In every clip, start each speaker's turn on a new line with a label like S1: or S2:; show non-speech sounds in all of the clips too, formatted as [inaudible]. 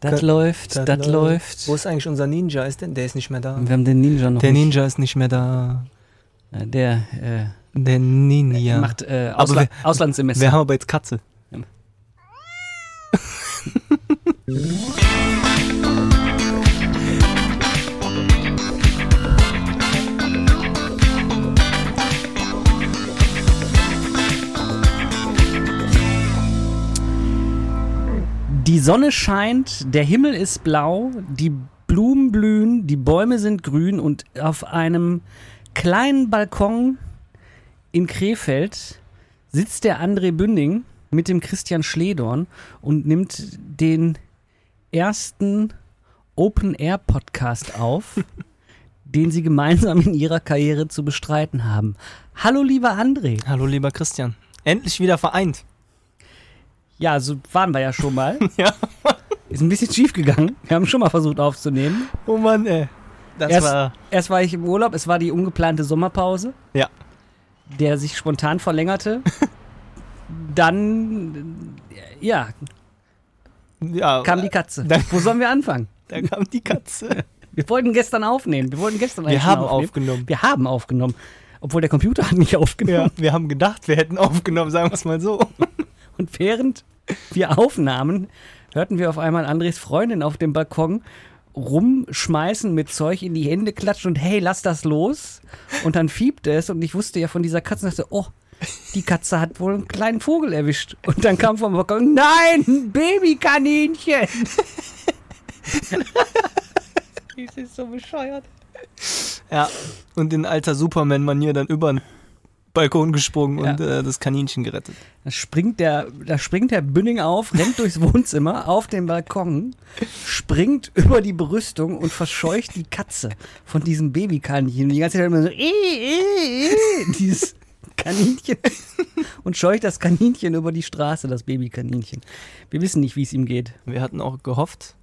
S1: Das läuft, das läuft.
S2: Wo ist eigentlich unser Ninja? Ist denn, der ist nicht mehr da.
S1: Wir haben den Ninja noch.
S2: Der
S1: nicht.
S2: Ninja ist nicht mehr da.
S1: Äh, Der
S2: Der
S1: äh,
S2: Ninja.
S1: macht äh,
S2: Aber
S1: Ausla
S2: wir-
S1: Auslandssemester.
S2: Wir haben aber jetzt Katze.
S1: Die Sonne scheint, der Himmel ist blau, die Blumen blühen, die Bäume sind grün und auf einem kleinen Balkon in Krefeld sitzt der André Bünding mit dem Christian Schledorn und nimmt den ersten Open-Air-Podcast auf, den sie gemeinsam in ihrer Karriere zu bestreiten haben. Hallo lieber André.
S2: Hallo, lieber Christian. Endlich wieder vereint.
S1: Ja, so waren wir ja schon mal.
S2: [laughs] Ja.
S1: Ist ein bisschen schief gegangen. Wir haben schon mal versucht aufzunehmen.
S2: Oh Mann, ey. Das
S1: Erst-
S2: war.
S1: Erst war ich im Urlaub, es war die ungeplante Sommerpause.
S2: Ja.
S1: Der sich spontan verlängerte. Dann, äh, ja,
S2: Ja,
S1: kam die Katze.
S2: Dann-
S1: Wo sollen wir anfangen?
S2: da kam die Katze.
S1: Wir wollten gestern aufnehmen. Wir wollten gestern eigentlich
S2: Wir
S1: schon
S2: haben
S1: aufnehmen.
S2: aufgenommen.
S1: Wir haben aufgenommen. Obwohl der Computer hat nicht aufgenommen.
S2: Ja, wir haben gedacht, wir hätten aufgenommen, sagen wir es mal so.
S1: Und während wir aufnahmen, hörten wir auf einmal Andres Freundin auf dem Balkon rumschmeißen mit Zeug in die Hände klatschen und hey, lass das los. Und dann fiebte es und ich wusste ja von dieser Katze und dachte, oh, die Katze hat wohl einen kleinen Vogel erwischt. Und dann kam vom Balkon, nein, ein [laughs] Babykaninchen. das ist so bescheuert.
S2: Ja. Und in alter Superman-Manier dann über den Balkon gesprungen
S1: Ja.
S2: und äh, das Kaninchen gerettet.
S1: Da springt der, da springt der Bünding auf, rennt durchs Wohnzimmer, auf den Balkon, springt über die Brüstung und verscheucht die Katze von diesem Babykaninchen. Die ganze Zeit immer so, "Ih, ih, ih", dieses Kaninchen und scheucht das Kaninchen über die Straße, das Babykaninchen. Wir wissen nicht, wie es ihm geht.
S2: Wir hatten auch gehofft,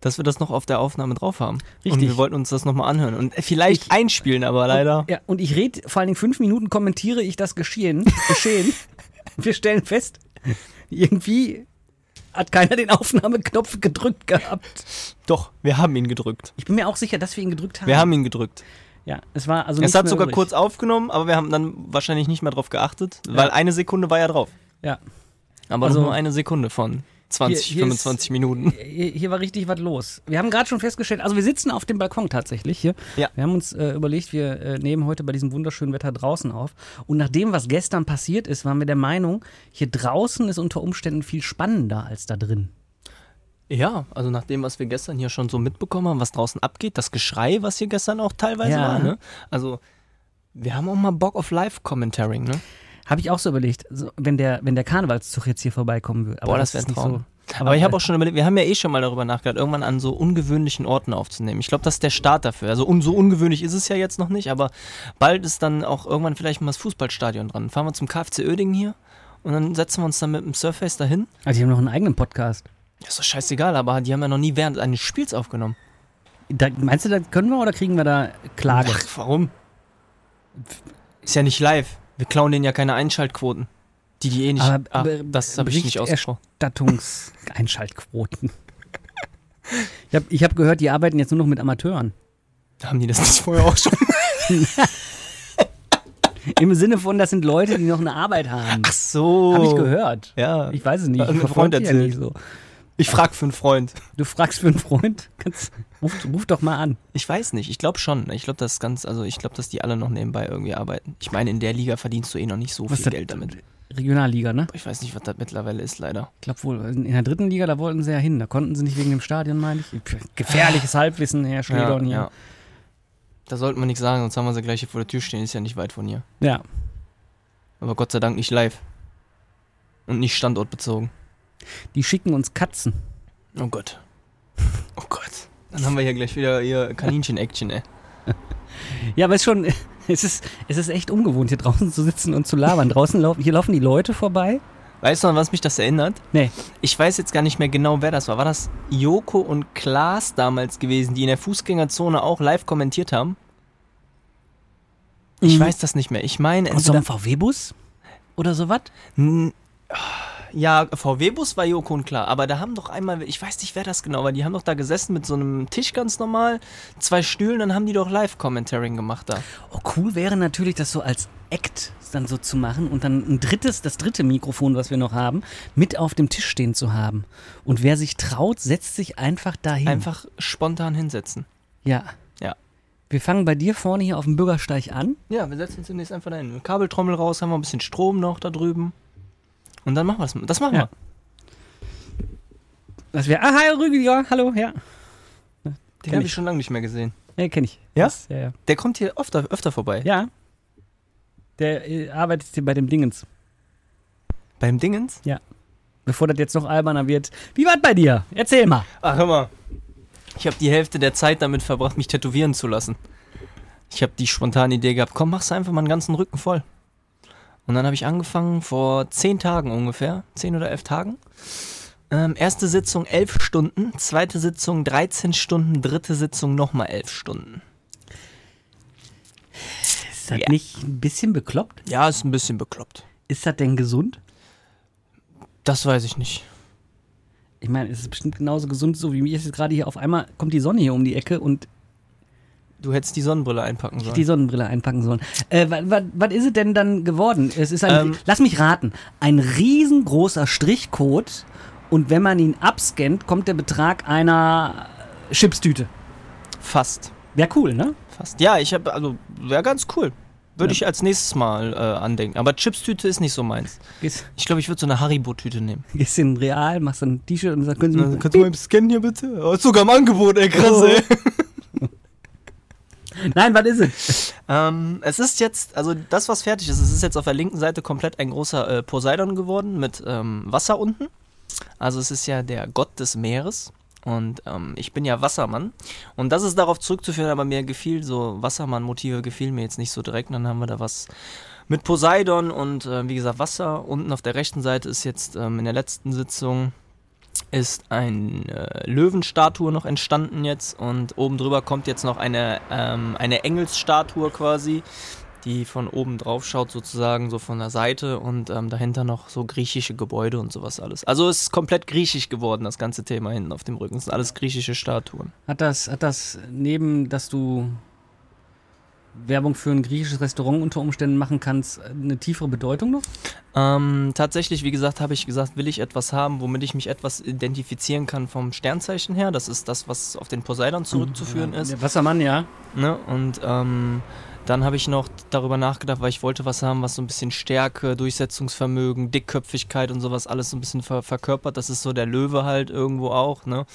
S2: dass wir das noch auf der Aufnahme drauf haben. Und
S1: Richtig.
S2: wir wollten uns das nochmal anhören und äh, vielleicht einspielen, aber leider.
S1: Ja, und ich rede, vor allen Dingen fünf Minuten kommentiere ich das Geschehen. Geschehen. Wir stellen fest, irgendwie hat keiner den Aufnahmeknopf gedrückt gehabt.
S2: Doch, wir haben ihn gedrückt.
S1: Ich bin mir auch sicher, dass wir ihn gedrückt haben.
S2: Wir haben ihn gedrückt.
S1: ja, es war also
S2: es
S1: nichts
S2: hat
S1: mehr
S2: sogar
S1: übrig.
S2: kurz aufgenommen, aber wir haben dann wahrscheinlich nicht mehr drauf geachtet, weil eine Sekunde war ja drauf.
S1: Ja,
S2: Aber
S1: Also-
S2: nur eine Sekunde von 20,
S1: Hier- hier ist-
S2: 25 Minuten.
S1: hier, hier war richtig was los. Wir haben gerade schon festgestellt, also wir sitzen auf dem Balkon tatsächlich hier.
S2: Ja.
S1: Wir haben uns äh, überlegt, wir äh, nehmen heute bei diesem wunderschönen Wetter draußen auf. Und nach dem, was gestern passiert ist, waren wir der Meinung, hier draußen ist unter Umständen viel spannender als da drin.
S2: Ja, also nach dem, was wir gestern hier schon so mitbekommen haben, was draußen abgeht, das Geschrei, was hier gestern auch teilweise
S1: Ja.
S2: war, ne? Also, wir haben auch mal Bock auf Live-Commentaring, ne?
S1: Habe ich auch so überlegt, so, wenn, der, wenn der Karnevalszug jetzt hier vorbeikommen würde. Aber
S2: Boah, das wäre
S1: ist
S2: ein
S1: nicht
S2: Traum.
S1: So,
S2: Aber ich habe auch schon überlegt, wir haben ja eh schon mal darüber nachgedacht, irgendwann an so ungewöhnlichen Orten aufzunehmen. Ich glaube, das ist der Start dafür. Also un so ungewöhnlich ist es ja jetzt noch nicht, aber bald ist dann auch irgendwann vielleicht mal das Fußballstadion dran. Fahren wir zum KFC Oedingen hier und dann setzen wir uns dann mit dem Surface dahin.
S1: Also die haben noch einen eigenen Podcast.
S2: Ja, ist doch scheißegal, aber die haben ja noch nie während eines Spiels aufgenommen.
S1: Da, meinst du, das können wir oder kriegen wir da Klage?
S2: Ach, warum? Ist ja nicht live. Wir klauen denen ja keine Einschaltquoten. Die die eh nicht.
S1: Aber-
S2: Ach,
S1: aber-
S2: das habe ich nicht
S1: Bericht-
S2: ausgesprochen.
S1: Stattungseinschaltquoten. Ich habe ich hab gehört, die arbeiten jetzt nur noch mit Amateuren.
S2: Haben die das nicht vorher auch schon?
S1: Im Sinne von, das sind Leute, die noch eine Arbeit haben.
S2: Ach so.
S1: Habe ich gehört.
S2: Ja.
S1: Ich weiß es nicht.
S2: Hat
S1: Ich
S2: mir ein
S1: verfolg
S2: Freund
S1: die ja
S2: erzählt.
S1: nicht so.
S2: Ich frag für einen Freund.
S1: Du fragst für einen Freund, kannst, ruf, ruf doch mal an.
S2: Ich weiß nicht. Ich glaube schon. ne? Ich glaube, das ist ganz. Also ich glaube, dass die alle noch nebenbei irgendwie arbeiten. Ich meine, in der Liga verdienst du eh noch nicht so
S1: Was
S2: viel
S1: das-
S2: Geld damit.
S1: Regionalliga, ne?
S2: Aber Ich weiß nicht, was das mittlerweile ist, leider.
S1: Ich glaube wohl, in der dritten Liga, da wollten sie ja hin. Da konnten sie nicht wegen dem Stadion, meine ich. Pff, Gefährliches
S2: Ah.
S1: Halbwissen, Herr Schledorn hier.
S2: Da sollten wir nichts sagen, sonst haben wir sie gleich hier vor der Tür stehen. Ist ja nicht weit von hier.
S1: Ja.
S2: Aber Gott sei Dank nicht live. Und nicht standortbezogen.
S1: Die schicken uns Katzen.
S2: Oh Gott. Oh Gott. Dann haben wir hier gleich wieder [laughs] ihr Kaninchen-Action, ey.
S1: Ja, aber es ist schon, [laughs] es ist, es ist echt ungewohnt, hier draußen zu sitzen und zu labern. Draußen laufen, hier laufen die Leute vorbei.
S2: Weißt du, an was mich das erinnert?
S1: Nee.
S2: Ich weiß jetzt gar nicht mehr genau, wer das war. War das Joko und Klaas damals gewesen, die in der Fußgängerzone auch live kommentiert haben?
S1: Mhm.
S2: Ich weiß das nicht mehr. Ich meine,
S1: Und so
S2: entweder,
S1: Mhm. ein VW-Bus oder sowas?
S2: N- Ja, VW-Bus war Joko und klar, aber da haben doch einmal, ich weiß nicht, wer das genau war, die haben doch da gesessen mit so einem Tisch ganz normal, zwei Stühlen, dann haben die doch Live-Commentaring gemacht da.
S1: Oh, cool wäre natürlich, das so als Act dann so zu machen und dann ein drittes, das dritte Mikrofon, was wir noch haben, mit auf dem Tisch stehen zu haben. Und wer sich traut, setzt sich einfach dahin.
S2: Einfach spontan hinsetzen.
S1: Ja.
S2: Ja.
S1: Wir fangen bei dir vorne hier auf dem Bürgersteig an.
S2: Ja, wir setzen uns demnächst einfach dahin. Kabeltrommel raus, haben wir ein bisschen Strom noch da drüben. Und dann machen wir das. Das machen
S1: Ja.
S2: wir.
S1: Was wir. Ah, hi, Rüdiger. Hallo, ja.
S2: Den
S1: Kenn
S2: habe
S1: ich.
S2: ich schon lange nicht mehr gesehen.
S1: Ja, kenne ich.
S2: Ja?
S1: Das, ja, ja.
S2: Der kommt hier öfter, öfter vorbei.
S1: Ja. Der äh, arbeitet hier bei dem Dingens.
S2: Beim Dingens?
S1: Bevor das jetzt noch alberner wird. Wie war's bei dir? Erzähl mal.
S2: Ach, hör mal. Ich habe die Hälfte der Zeit damit verbracht, mich tätowieren zu lassen. Ich habe die spontane Idee gehabt, komm, mach's einfach mal den ganzen Rücken voll. Und dann habe ich angefangen vor zehn Tagen ungefähr, zehn oder elf Tagen. Ähm, erste Sitzung elf Stunden, zweite Sitzung 13 Stunden, dritte Sitzung nochmal elf Stunden.
S1: Ist das
S2: Ja.
S1: nicht ein bisschen bekloppt?
S2: Ja, ist ein bisschen bekloppt.
S1: Ist das denn gesund?
S2: Das weiß ich nicht.
S1: Ich meine, es ist bestimmt genauso gesund, so wie mir ist jetzt gerade hier auf einmal kommt die Sonne hier um die Ecke und
S2: Du hättest die Sonnenbrille einpacken
S1: die
S2: sollen.
S1: Sonnenbrille einpacken sollen. Äh, was ist es denn dann geworden? Es ist ein,
S2: Ähm.
S1: lass mich raten, ein riesengroßer Strichcode und wenn man ihn abscannt, kommt der Betrag einer Chipstüte.
S2: Fast.
S1: Wäre cool, ne?
S2: Fast. Ja, ich habe, also, wäre ganz cool. Würde ich als nächstes Mal äh, andenken. Aber Chipstüte ist nicht so meins.
S1: Gehst,
S2: Ich glaube, ich würde so eine Haribo-Tüte nehmen.
S1: gehst in den Real, machst dann ein T-Shirt und sagst, können Sie mir-
S2: mal im Scan hier bitte? Oh, ist sogar im Angebot, ey,
S1: krass, ey. Nein, was ist es?
S2: Ähm, es ist jetzt, also das, was fertig ist, es ist jetzt auf der linken Seite komplett ein großer äh, Poseidon geworden mit ähm, Wasser unten. Also es ist ja der Gott des Meeres. Und ähm, ich bin ja Wassermann. Und das ist darauf zurückzuführen, aber mir gefiel so, Wassermann-Motive gefielen mir jetzt nicht so direkt. Und dann haben wir da was mit Poseidon und äh, wie gesagt Wasser. Unten auf der rechten Seite ist jetzt ähm, in der letzten Sitzung ist eine äh, Löwenstatue noch entstanden jetzt und oben drüber kommt jetzt noch eine, ähm, eine Engelsstatue quasi, die von oben drauf schaut sozusagen, so von der Seite und ähm, dahinter noch so griechische Gebäude und sowas alles. Also es ist komplett griechisch geworden, das ganze Thema hinten auf dem Rücken. Es sind alles griechische Statuen.
S1: Hat das, hat das neben, dass du Werbung für ein griechisches Restaurant unter Umständen machen kannst, eine tiefere Bedeutung noch?
S2: Ähm, tatsächlich, wie gesagt, habe ich gesagt, will ich etwas haben, womit ich mich etwas identifizieren kann vom Sternzeichen her. Das ist das, was auf den Poseidon zurückzuführen ist.
S1: Der Wassermann, ja.
S2: Ne? Und ähm, dann habe ich noch darüber nachgedacht, weil ich wollte was haben, was so ein bisschen Stärke, Durchsetzungsvermögen, Dickköpfigkeit und sowas alles so ein bisschen ver verkörpert. Das ist so der Löwe halt irgendwo auch. Ne?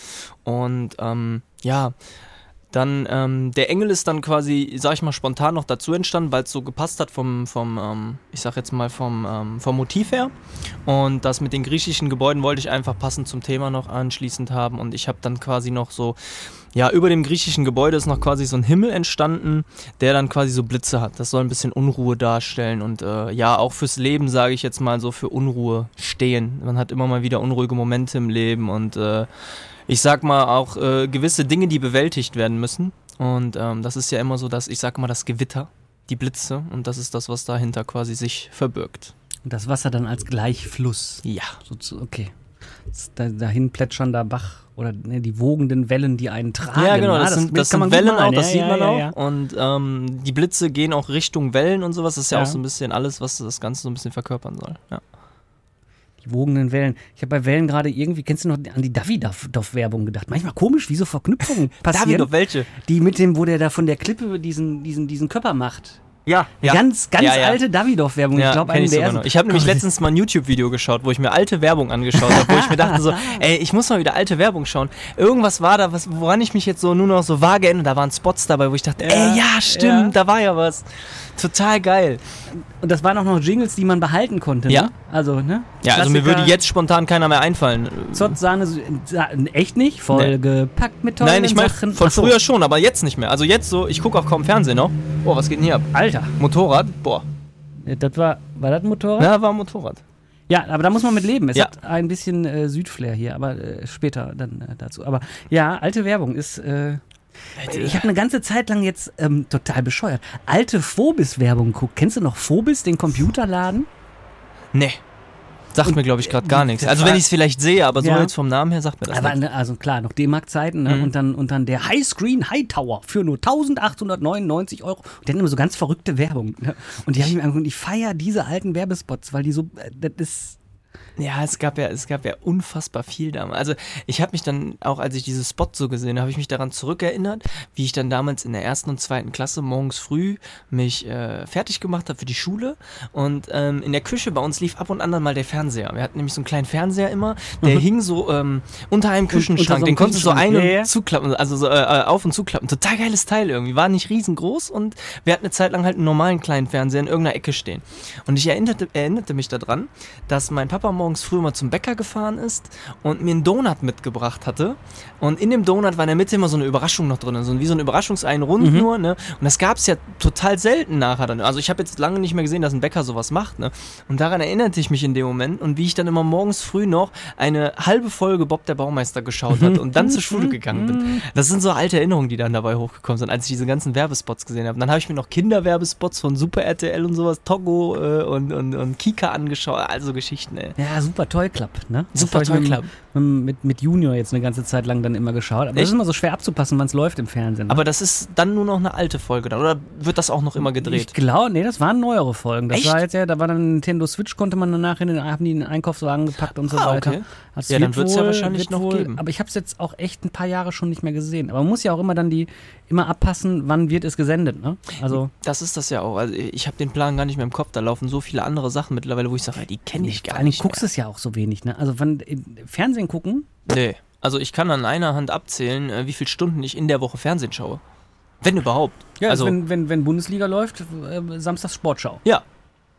S2: Und ähm, ja, dann ähm, der Engel ist dann quasi, sag ich mal, spontan noch dazu entstanden, weil es so gepasst hat vom, vom ähm, ich sag jetzt mal, vom, ähm, vom Motiv her. Und das mit den griechischen Gebäuden wollte ich einfach passend zum Thema noch anschließend haben. Und ich habe dann quasi noch so, ja, über dem griechischen Gebäude ist noch quasi so ein Himmel entstanden, der dann quasi so Blitze hat. Das soll ein bisschen Unruhe darstellen und äh, ja, auch fürs Leben, sage ich jetzt mal, so für Unruhe stehen. Man hat immer mal wieder unruhige Momente im Leben und äh, ich sag mal auch äh, gewisse Dinge, die bewältigt werden müssen. Und ähm, das ist ja immer so, dass ich sag mal das Gewitter, die Blitze und das ist das, was dahinter quasi sich verbirgt.
S1: Und das Wasser dann als Gleichfluss.
S2: Ja.
S1: So zu, okay. Das- Da, dahin plätschernder Bach oder ne, die wogenden Wellen, die einen tragen.
S2: ja, genau,
S1: Ah,
S2: das, sind,
S1: Bild
S2: das
S1: kann man
S2: sind
S1: gut
S2: Wellen
S1: malen.
S2: auch, das
S1: Ja,
S2: sieht
S1: ja,
S2: man
S1: ja,
S2: auch.
S1: ja.
S2: Und ähm, die Blitze gehen auch Richtung Wellen und sowas. Das ist ja,
S1: Ja.
S2: auch so ein bisschen alles, was das Ganze so ein bisschen verkörpern soll. Ja.
S1: Die wogenden Wellen. Ich habe bei Wellen gerade irgendwie, kennst du noch an die Davidoff-Werbung gedacht? Manchmal komisch, wie so
S2: [laughs]
S1: Verknüpfungen passieren.
S2: Davidoff, welche?
S1: Die mit dem, wo der da von der Klippe diesen, diesen, diesen Körper macht.
S2: Ja, ja.
S1: Ganz, ganz
S2: Ja, ja.
S1: alte Davidoff-Werbung.
S2: Ja,
S1: ich glaube,
S2: kenn
S1: eine
S2: ich
S1: der
S2: sogar
S1: ersten.
S2: noch. Ich habe nämlich
S1: Gott,
S2: letztens mal ein YouTube-Video geschaut, wo ich mir alte Werbung angeschaut habe, wo ich mir
S1: [laughs]
S2: dachte so, ey, ich muss mal wieder alte Werbung schauen. Irgendwas war da, was, woran ich mich jetzt so nur noch so vage erinnere. Da waren Spots dabei, wo ich dachte,
S1: Ja,
S2: ey, ja, stimmt,
S1: ja.
S2: da war ja was. Total geil.
S1: Und das waren auch noch Jingles, die man behalten konnte.
S2: Ja.
S1: Ne? Also, ne?
S2: Ja, also mir
S1: Klassiker.
S2: würde jetzt spontan keiner mehr einfallen.
S1: Zott, Sahne, Sa- echt nicht? Vollgepackt mit tollen
S2: Nein, ich meine,
S1: Sachen.
S2: von
S1: Ach so.
S2: früher schon, aber jetzt nicht mehr. Also jetzt so, ich gucke auch kaum Fernsehen noch. Oh, was geht denn hier ab?
S1: Alter,
S2: Motorrad? Boah.
S1: das war, war das ein Motorrad?
S2: Na, war ein Motorrad.
S1: Ja, aber da muss man mit leben. Es
S2: Ja.
S1: hat ein bisschen äh, Südflair hier, aber äh, später dann äh, dazu. Aber ja, alte Werbung ist. Äh, ich habe eine ganze Zeit lang jetzt ähm, total bescheuert. Alte Phobis-Werbung geguckt. Kennst du noch Phobis, den Computerladen?
S2: Nee. Sagt mir, glaube ich, gerade gar nichts.
S1: das
S2: Also
S1: war-
S2: wenn ich es vielleicht sehe, aber so
S1: Ja.
S2: jetzt vom Namen her sagt mir das Mhm.
S1: Aber
S2: nichts.
S1: ne, also klar, noch D-Mark-Zeiten ne? und, dann, und dann der Highscreen Hightower für nur 1899 Euro. Und dann immer so ganz verrückte Werbung. Ne? Und die habe ich mir angeguckt. Ich feiere diese alten Werbespots, weil die so, äh, das ist,
S2: Ja, es gab ja, es gab ja unfassbar viel damals. Also ich habe mich dann auch, als ich diese Spot so gesehen habe, ich mich daran zurückerinnert, wie ich dann damals in der ersten und zweiten Klasse morgens früh mich äh, fertig gemacht habe für die Schule und ähm, in der Küche bei uns lief ab und an dann mal der Fernseher. Wir hatten nämlich so einen kleinen Fernseher immer, der hing so ähm, unter
S1: Mhm.
S2: einem
S1: unter
S2: Küchenschrank,
S1: so einem
S2: den konntest du so ein
S1: Küchenschrank,
S2: und
S1: ja, ja.
S2: zuklappen, also so, äh, äh, auf und zuklappen. Total geiles Teil irgendwie. War nicht riesengroß und wir hatten eine Zeit lang halt einen normalen kleinen Fernseher in irgendeiner Ecke stehen. Und ich erinnerte, erinnerte mich daran, dass mein Papa morgens früh immer zum Bäcker gefahren ist und mir einen Donut mitgebracht hatte. Und in dem Donut war in der Mitte immer so eine Überraschung noch drin, so ein- wie so ein Überraschungsei, ein rund nur. Ne? Und das gab es ja total selten nachher dann. Also ich habe jetzt lange nicht mehr gesehen, dass ein Bäcker sowas macht. Ne? Und daran erinnerte ich mich in dem Moment und wie ich dann immer morgens früh noch eine halbe Folge Bob der Baumeister geschaut hatte und dann zur Schule gegangen bin. Das sind so alte Erinnerungen, die dann dabei hochgekommen sind, als ich diese ganzen Werbespots gesehen habe. Und Dann habe ich mir noch Kinderwerbespots von Super RTL und sowas, Togo äh, und, und, und Kika angeschaut, also Geschichten, ey.
S1: ja, super Toy Club. Ne? Das
S2: Super
S1: hab ich
S2: Toy
S1: mit-
S2: Club.
S1: Mit, mit, mit Junior jetzt eine ganze Zeit lang dann immer geschaut. Aber es ist
S2: Echt?
S1: immer so schwer abzupassen, wann es läuft im Fernsehen. ne?
S2: Aber das ist dann nur noch eine alte Folge dann, oder wird das auch noch immer
S1: ich
S2: gedreht?
S1: glaube, nee, das waren neuere Folgen. Das
S2: Echt?
S1: war jetzt ja, da war dann Nintendo Switch, konnte man danach in den, haben die in den Einkaufswagen gepackt und so
S2: Ah,
S1: weiter.
S2: okay.
S1: Das
S2: Ja, dann wird's ja
S1: wohl-
S2: wahrscheinlich
S1: wird
S2: noch
S1: wohl,
S2: geben.
S1: Aber ich habe es jetzt auch echt ein paar Jahre schon nicht mehr gesehen. Aber man muss ja auch immer dann die, immer abpassen, wann wird es gesendet, ne? Also,
S2: Das ist das ja auch. Also ich habe den Plan gar nicht mehr im Kopf. Da laufen so viele andere Sachen mittlerweile, wo ich sage, die kenne ich
S1: vor
S2: gar
S1: allem
S2: nicht.
S1: guckst es ja auch so wenig, ne? Also, wann, Fernsehen gucken,
S2: Nee. Also ich kann an einer Hand abzählen, äh, wie viele Stunden ich in der Woche Fernsehen schaue. Wenn überhaupt.
S1: ja, also,
S2: also
S1: wenn, wenn, wenn Bundesliga läuft, äh, Samstags Sportschau.
S2: ja.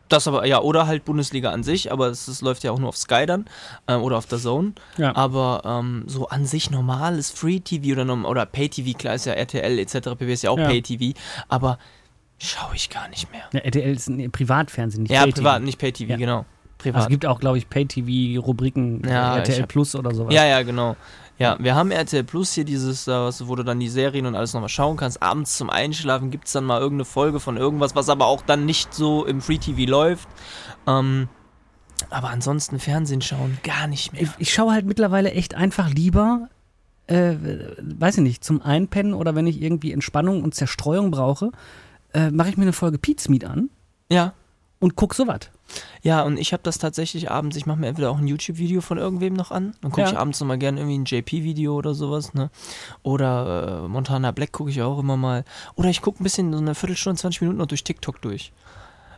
S2: Das aber, ja, oder halt Bundesliga an sich, aber es, es läuft ja auch nur auf Sky dann ähm, oder auf der Zone.
S1: Ja.
S2: Aber ähm, so an sich normales Free-TV oder, norm- oder Pay-TV, klar ist ja RTL etc. pp. ist ja auch
S1: Ja.
S2: Pay-TV, aber schaue ich gar nicht mehr.
S1: Ja, RTL ist ein Privatfernsehen, nicht
S2: Ja,
S1: Pay-TV.
S2: privat, nicht Pay-TV,
S1: Ja.
S2: genau. Privat.
S1: Also, es gibt auch, glaube ich, Pay-TV-Rubriken,
S2: Ja, ich
S1: RTL
S2: hab-
S1: Plus oder sowas.
S2: Ja, ja, genau. Ja, wir haben RTL Plus hier dieses, äh, was- wo du dann die Serien und alles nochmal schauen kannst. Abends zum Einschlafen gibt es dann mal irgendeine Folge von irgendwas, was aber auch dann nicht so im Free TV läuft. Ähm, aber ansonsten Fernsehen schauen gar nicht mehr.
S1: Ich, ich schaue halt mittlerweile echt einfach lieber, äh, weiß ich nicht, zum Einpennen oder wenn ich irgendwie Entspannung und Zerstreuung brauche, äh, mache ich mir eine Folge Pete's Meat an
S2: Ja.
S1: und guck sowas.
S2: Ja, und ich habe das tatsächlich abends, ich mache mir entweder auch ein YouTube-Video von irgendwem noch an, dann gucke
S1: Ja.
S2: ich abends nochmal gerne irgendwie ein JP-Video oder sowas, ne? Oder äh, Montana Black gucke ich auch immer mal. Oder ich gucke ein bisschen so eine Viertelstunde, 20 Minuten noch durch TikTok durch.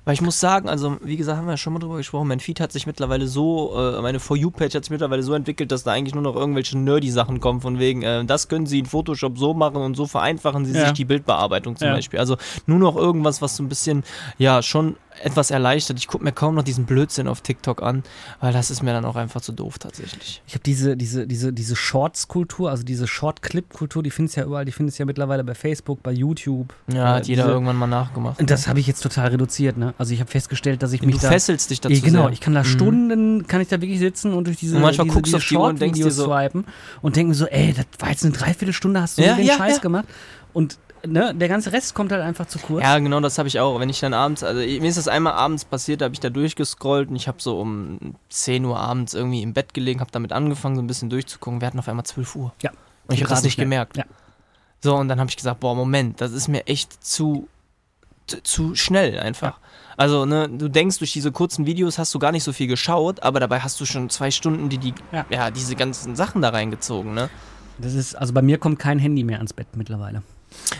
S2: Weil ich muss sagen, also wie gesagt, haben wir ja schon mal drüber gesprochen, mein Feed hat sich mittlerweile so, äh, meine For You-Page hat sich mittlerweile so entwickelt, dass da eigentlich nur noch irgendwelche Nerdy-Sachen kommen, von wegen, äh, das können sie in Photoshop so machen und so vereinfachen sie
S1: Ja.
S2: sich die Bildbearbeitung zum
S1: Ja.
S2: Beispiel. Also nur noch irgendwas, was so ein bisschen, ja, schon etwas erleichtert. Ich gucke mir kaum noch diesen Blödsinn auf TikTok an, weil das ist mir dann auch einfach zu doof tatsächlich.
S1: Ich habe diese, diese, diese, diese Shorts-Kultur, also diese Short-Clip-Kultur, die findest du ja überall, die findest du ja mittlerweile bei Facebook, bei YouTube.
S2: Ja, hat jeder
S1: diese-
S2: irgendwann mal nachgemacht.
S1: Und Das habe ich jetzt total reduziert, ne? Also ich habe festgestellt, dass ich mich
S2: du
S1: da.
S2: fesselst dich dazu.
S1: Ja, genau,
S2: sehr.
S1: ich kann da
S2: Mhm.
S1: Stunden, kann ich da wirklich sitzen und durch diese,
S2: Und manchmal
S1: diese,
S2: guckst du
S1: diese
S2: auf die Uhr und denkst dir
S1: Short-Videos
S2: so-
S1: swipen und denke mir so, ey, das war jetzt eine Dreiviertelstunde, hast du
S2: Ja,
S1: nur den
S2: ja,
S1: Scheiß
S2: ja.
S1: gemacht. Und ne, der ganze Rest kommt halt einfach zu kurz.
S2: Ja, genau, das habe ich auch. Wenn ich dann abends, also ich- mir ist das einmal abends passiert, da habe ich da durchgescrollt und ich habe so um 10 Uhr abends irgendwie im Bett gelegen, habe damit angefangen, so ein bisschen durchzugucken. Wir hatten auf einmal 12 Uhr.
S1: Ja. ne?
S2: Und ich habe das
S1: Gerade
S2: nicht
S1: schnell.
S2: gemerkt.
S1: Ja.
S2: So, und dann habe ich gesagt, boah, Moment, das ist mir echt zu, zu, zu schnell einfach. Also, ne, du denkst, durch diese kurzen Videos hast du gar nicht so viel geschaut, aber dabei hast du schon zwei Stunden, die, die
S1: Ja.
S2: ja. diese ganzen Sachen da reingezogen, ne?
S1: Das ist, also bei mir kommt kein Handy mehr ans Bett mittlerweile.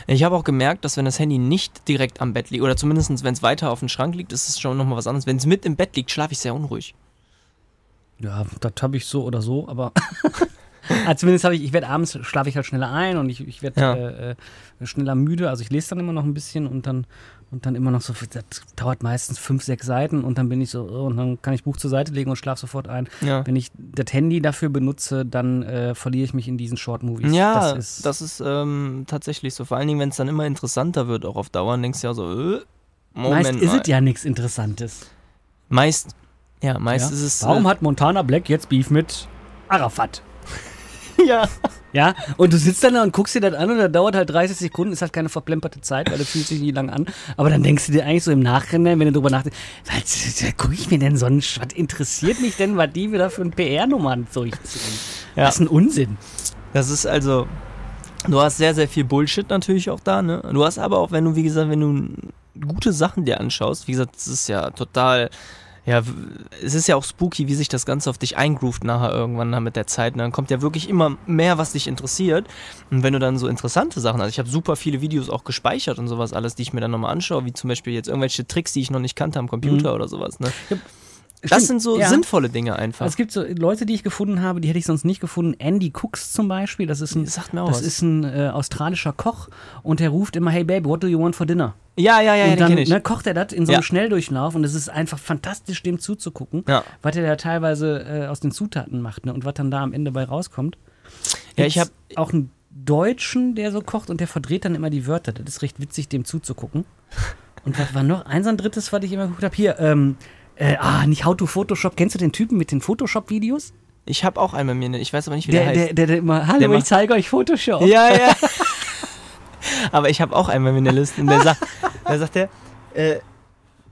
S2: Ich habe auch gemerkt, dass wenn das Handy nicht direkt am Bett liegt, oder zumindest wenn es weiter auf dem Schrank liegt, ist es schon nochmal was anderes. Wenn es mit im Bett liegt, schlafe ich sehr unruhig.
S1: Ja, das habe ich so oder so, aber. [laughs] Ah, Zumindest habe ich, ich werde abends schlafe ich halt schneller ein und ich, ich werde
S2: Ja.
S1: äh, äh, schneller müde. Also ich lese dann immer noch ein bisschen und dann und dann immer noch so, das dauert meistens fünf, sechs Seiten und dann bin ich so, oh, und dann kann ich Buch zur Seite legen und schlafe sofort ein.
S2: Ja,
S1: Wenn ich das Handy dafür benutze, dann äh, verliere ich mich in diesen Short-Movies.
S2: ja
S1: das ist.
S2: ähm, tatsächlich so. Vor allen Dingen, wenn es dann immer interessanter wird, auch auf Dauer, dann denkst du ja so, äh, Moment
S1: meist
S2: mal.
S1: ist es ja nichts Interessantes.
S2: Meist, ja, meist
S1: ja?
S2: ist es... äh,
S1: Warum hat Montana Black jetzt Beef mit Arafat?
S2: äh, [laughs] ja.
S1: Ja, und du sitzt dann da und guckst dir das an und das dauert halt 30 Sekunden, ist halt keine verplemperte Zeit, weil das fühlt sich nie lang an. Aber dann denkst du dir eigentlich so im Nachhinein, wenn du drüber nachdenkst, was gucke ich mir denn so einen Sch- was interessiert mich denn, was die wieder für ein PR-Nummern durchziehen?
S2: Ja.
S1: Das ist ein Unsinn.
S2: Das ist also. Du hast sehr, sehr viel Bullshit natürlich auch da, ne? Du hast aber auch, wenn du, wie gesagt, wenn du gute Sachen dir anschaust, wie gesagt, es ist ja total. Ja, w- es ist ja auch spooky, wie sich das Ganze auf dich eingroovt nachher irgendwann dann mit der Zeit. Und dann kommt ja wirklich immer mehr, was dich interessiert. Und wenn du dann so interessante Sachen, also ich habe super viele Videos auch gespeichert und sowas alles, die ich mir dann nochmal anschaue, wie zum Beispiel jetzt irgendwelche Tricks, die ich noch nicht kannte am Computer oder sowas. Ne? Das sind so
S1: Mhm. Ja.
S2: sinnvolle Dinge einfach.
S1: Es gibt so Leute, die ich gefunden habe, die hätte ich sonst nicht gefunden. Andy Cooks zum Beispiel, das ist ein,
S2: Das sagt mir auch
S1: das
S2: was.
S1: ist ein äh, australischer Koch und der ruft immer, hey Babe, what do you want for dinner?
S2: Ja, ja, ja, ja,
S1: und dann
S2: den kenn ich.
S1: ne, kocht er das in so einem
S2: Ja.
S1: Schnelldurchlauf und es ist einfach fantastisch, dem zuzugucken,
S2: Ja.
S1: was er da teilweise äh, aus den Zutaten macht ne, und was dann da am Ende bei rauskommt.
S2: Ja, ich
S1: Gibt's
S2: habe
S1: auch einen Deutschen, der so kocht und der verdreht dann immer die Wörter. Das ist recht witzig, dem zuzugucken. Und was war noch? Eins und drittes, was ich immer geguckt habe. Hier, ähm, äh, ah, nicht How to Photoshop. Kennst du den Typen mit den Photoshop-Videos?
S2: Ich habe auch einen bei mir, ne? ich weiß aber nicht, wie der,
S1: Der,
S2: heißt.
S1: der, der, der immer, hallo,
S2: Der
S1: ich
S2: macht-
S1: zeige euch Photoshop.
S2: ja, ja. [laughs] aber ich habe auch einen bei mir in der Liste und der sagt, da sagt er, äh,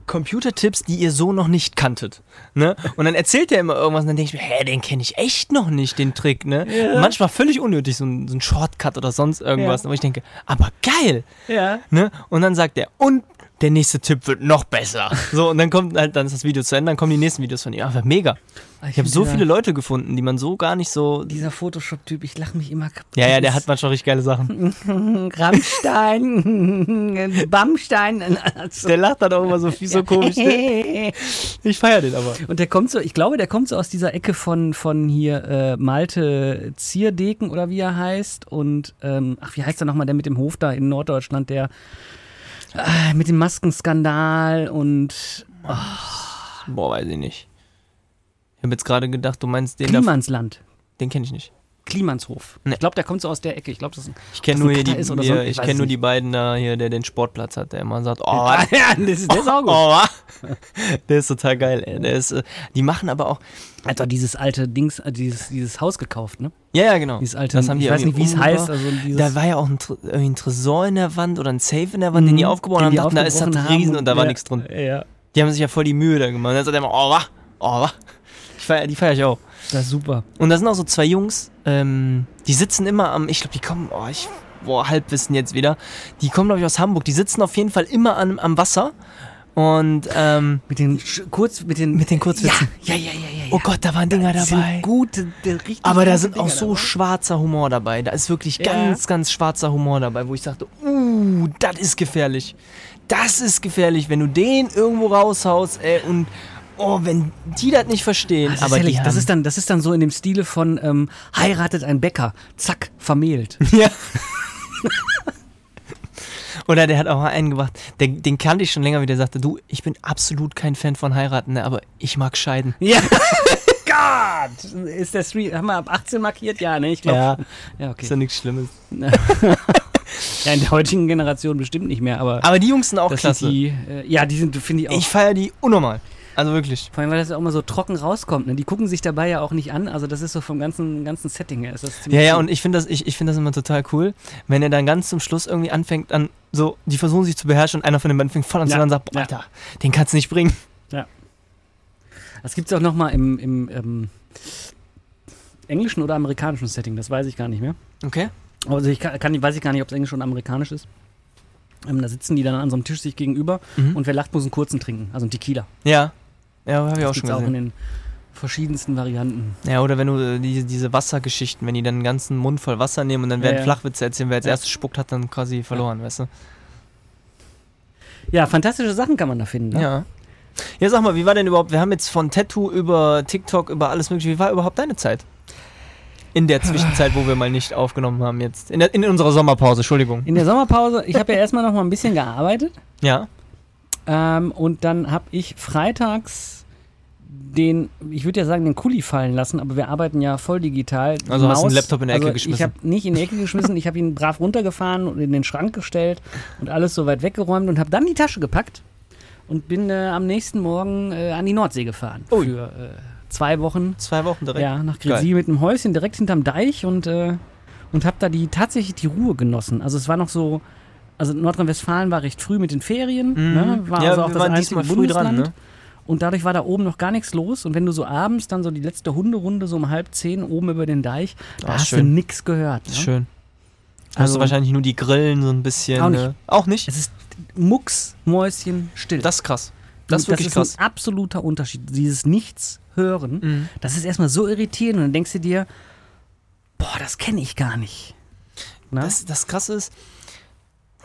S2: Computertipps, die ihr so noch nicht kanntet. Ne? Und dann erzählt er immer irgendwas und dann denke ich mir, hä, den kenne ich echt noch nicht, den Trick. Ne?
S1: Ja.
S2: Manchmal völlig unnötig, so ein, so ein Shortcut oder sonst irgendwas.
S1: Ja.
S2: Aber ich denke, aber geil.
S1: ja.
S2: Ne? Und dann sagt er, und der nächste Tipp wird noch besser. So, und dann kommt halt, dann ist das Video zu Ende, dann kommen die nächsten Videos von ihm. Aber mega. Ich habe so viele Leute gefunden, die man so gar nicht so.
S1: Dieser Photoshop-Typ, ich lache mich immer kaputt.
S2: Ja, ja, der hat manchmal richtig geile Sachen.
S1: [laughs] Rammstein, [laughs] Bammstein. Also.
S2: Der lacht dann auch immer so viel
S1: [laughs]
S2: so komisch. Ich feiere den aber.
S1: Und der kommt so, ich glaube, der kommt so aus dieser Ecke von, von hier äh, Malte Zierdeken oder wie er heißt. Und, ähm, ach, wie heißt er nochmal, der mit dem Hof da in Norddeutschland, der äh, mit dem Maskenskandal und
S2: Boah, weiß ich nicht. Ich habe jetzt gerade gedacht, du meinst den da.
S1: Klimansland.
S2: Den kenne ich nicht.
S1: Klimanshof.
S2: Nee.
S1: Ich glaube, der kommt so aus der Ecke. Ich glaube, das ist ein.
S2: Ich kenne
S1: Dass
S2: nur
S1: ein
S2: hier die,
S1: Cutter ist oder so,
S2: hier,
S1: ich
S2: ich
S1: weiß
S2: kenn
S1: es
S2: nur
S1: nicht.
S2: die beiden da hier, der den Sportplatz hat, der immer sagt,
S1: [laughs]
S2: oh,
S1: Ah,
S2: [laughs]
S1: ja, das ist, der ist auch gut.
S2: oh, wa? [laughs] der ist total geil. Ey. Der ist, äh, die machen aber auch,
S1: Hat doch dieses alte Dings, äh, dieses, dieses Haus gekauft, ne?
S2: ja ja genau.
S1: Dieses alte,
S2: das haben die
S1: ich weiß nicht,
S2: irgendwie
S1: wie es
S2: umgebaut.
S1: heißt. Also dieses,
S2: Da war ja auch ein, Tr- irgendwie ein Tresor in der Wand oder ein Safe in der Wand, den die aufgebaut
S1: Mhm. den
S2: haben,
S1: die
S2: dachten, da ist
S1: aufgebrochen
S2: das
S1: haben
S2: riesen und da war
S1: ja,
S2: nichts drin.
S1: Ja,
S2: Die haben sich ja voll die Mühe da gemacht. Und dann sagt er immer, oh, wa? oh, wa? Ich feier, die feiere ich auch.
S1: das ist super.
S2: Und da sind auch so zwei Jungs, ähm, die sitzen immer am, ich glaube, die kommen, oh, ich, boah, Halbwissen jetzt wieder. Die kommen, glaube ich, aus Hamburg. Die sitzen auf jeden Fall immer an, am Wasser. Und, ähm,
S1: Mit den Sch- kurz, mit den.
S2: mit den Kurzwitzen.
S1: ja, ja, ja, ja. ja.
S2: Oh Gott, da waren Dinger
S1: Das
S2: dabei.
S1: Sind gute, der richtig
S2: Aber da
S1: gute
S2: sind auch
S1: Dinger
S2: so
S1: dabei.
S2: schwarzer Humor dabei. Da ist wirklich
S1: Ja.
S2: ganz, ganz schwarzer Humor dabei, wo ich sagte, uh, das ist gefährlich. Das ist gefährlich, wenn du den irgendwo raushaust, ey, und, oh, wenn die das nicht verstehen.
S1: Ah, Das ist,
S2: aber
S1: aber
S2: die
S1: das,
S2: haben-
S1: ist dann, das ist dann so in dem Stile von ähm, heiratet ein Bäcker, zack,
S2: [laughs]
S1: vermählt.
S2: Ja. Oder der hat auch mal einen gemacht, der, den kannte ich schon länger, wie der sagte, du, ich bin absolut kein Fan von heiraten, ne, aber ich mag scheiden.
S1: ja. [laughs] Gott! Ist der Stream, haben wir ab 18 markiert? Ja, ne? Ich glaube.
S2: [laughs] Ja.
S1: ja, okay.
S2: Ist ja nichts Schlimmes.
S1: Ja, in der heutigen Generation bestimmt nicht mehr, aber
S2: Aber die Jungs sind auch
S1: das
S2: klasse.
S1: sind die, äh, ja, die sind, finde ich auch.
S2: ich feiere die unnormal. Also wirklich.
S1: vor allem, weil das auch immer so trocken rauskommt. Ne? Die gucken sich dabei ja auch nicht an. Also das ist so vom ganzen, ganzen Setting her. Ist das ziemlich
S2: Ja, ja,
S1: cool.
S2: und ich finde das, ich, ich find das immer total cool, wenn er dann ganz zum Schluss irgendwie anfängt, an so, die versuchen sich zu beherrschen und einer von den beiden fängt voll an zu
S1: Ja,
S2: ja. und sagt,
S1: ja.
S2: boah, Alter, den kannst du nicht bringen. [laughs]
S1: Das gibt es auch nochmal im, im ähm, englischen oder amerikanischen Setting, das weiß ich gar nicht mehr.
S2: Okay.
S1: Also ich kann, kann, weiß ich gar nicht, ob es englisch und amerikanisch ist. Ähm, da sitzen die dann an so einem Tisch sich gegenüber
S2: Mhm.
S1: und wer lacht, muss einen kurzen trinken, also einen Tequila.
S2: Ja. Ja, habe ich auch schon
S1: gibt's auch in
S2: gesehen.
S1: den verschiedensten Varianten.
S2: Ja, oder wenn du äh, die, diese Wassergeschichten, wenn die dann einen ganzen Mund voll Wasser nehmen und dann
S1: Ja,
S2: werden
S1: ja.
S2: Flachwitze erzählen, wer als
S1: Ja.
S2: erstes spuckt, hat dann quasi verloren, weißt du?
S1: Ja, fantastische Sachen kann man da finden. Ne?
S2: Ja. Ja, sag mal, wie war denn überhaupt, wir haben jetzt von Tattoo über TikTok, über alles mögliche, wie war überhaupt deine Zeit? In der Zwischenzeit, wo wir mal nicht aufgenommen haben jetzt. In, der, in unserer Sommerpause, Entschuldigung.
S1: In der Sommerpause, ich habe ja erstmal noch mal ein bisschen gearbeitet
S2: Ja.
S1: ähm, und dann habe ich freitags den, ich würde ja sagen, den Kuli fallen lassen, aber wir arbeiten ja voll digital. Die
S2: Also hast du den Laptop in die Ecke
S1: also Ich
S2: geschmissen.
S1: habe nicht in die Ecke geschmissen, ich habe ihn brav runtergefahren und in den Schrank gestellt und alles so weit weggeräumt und habe dann die Tasche gepackt und bin äh, am nächsten Morgen äh, an die Nordsee gefahren.
S2: Ui.
S1: Für äh, zwei Wochen.
S2: Zwei Wochen direkt.
S1: Ja, nach Grisi mit einem Häuschen direkt hinterm Deich und äh, und habe da die tatsächlich die Ruhe genossen. Also es war noch so, also Nordrhein-Westfalen war recht früh mit den Ferien, ne? war
S2: Mhm. Ja,
S1: also auch
S2: wir
S1: das
S2: waren
S1: einzige
S2: diesmal früh dran,
S1: Bundesland.
S2: ne?
S1: Und dadurch war da oben noch gar nichts los. Und wenn du so abends dann so die letzte Hunderunde so um halb zehn oben über den Deich, da
S2: Ah,
S1: hast du
S2: schön.
S1: nichts gehört. Ne?
S2: Schön. Also Hast
S1: Also-
S2: du wahrscheinlich nur die Grillen so ein bisschen.
S1: Auch nicht.
S2: äh, Auch nicht?
S1: Es ist Mucksmäuschen still.
S2: Das ist krass. Das ist wirklich
S1: ist
S2: krass.
S1: ein absoluter Unterschied. Dieses Nichts hören,
S2: Mhm.
S1: das ist erstmal so irritierend und dann denkst du dir, boah, das kenne ich gar nicht. Ne?
S2: Das, das Krasse ist,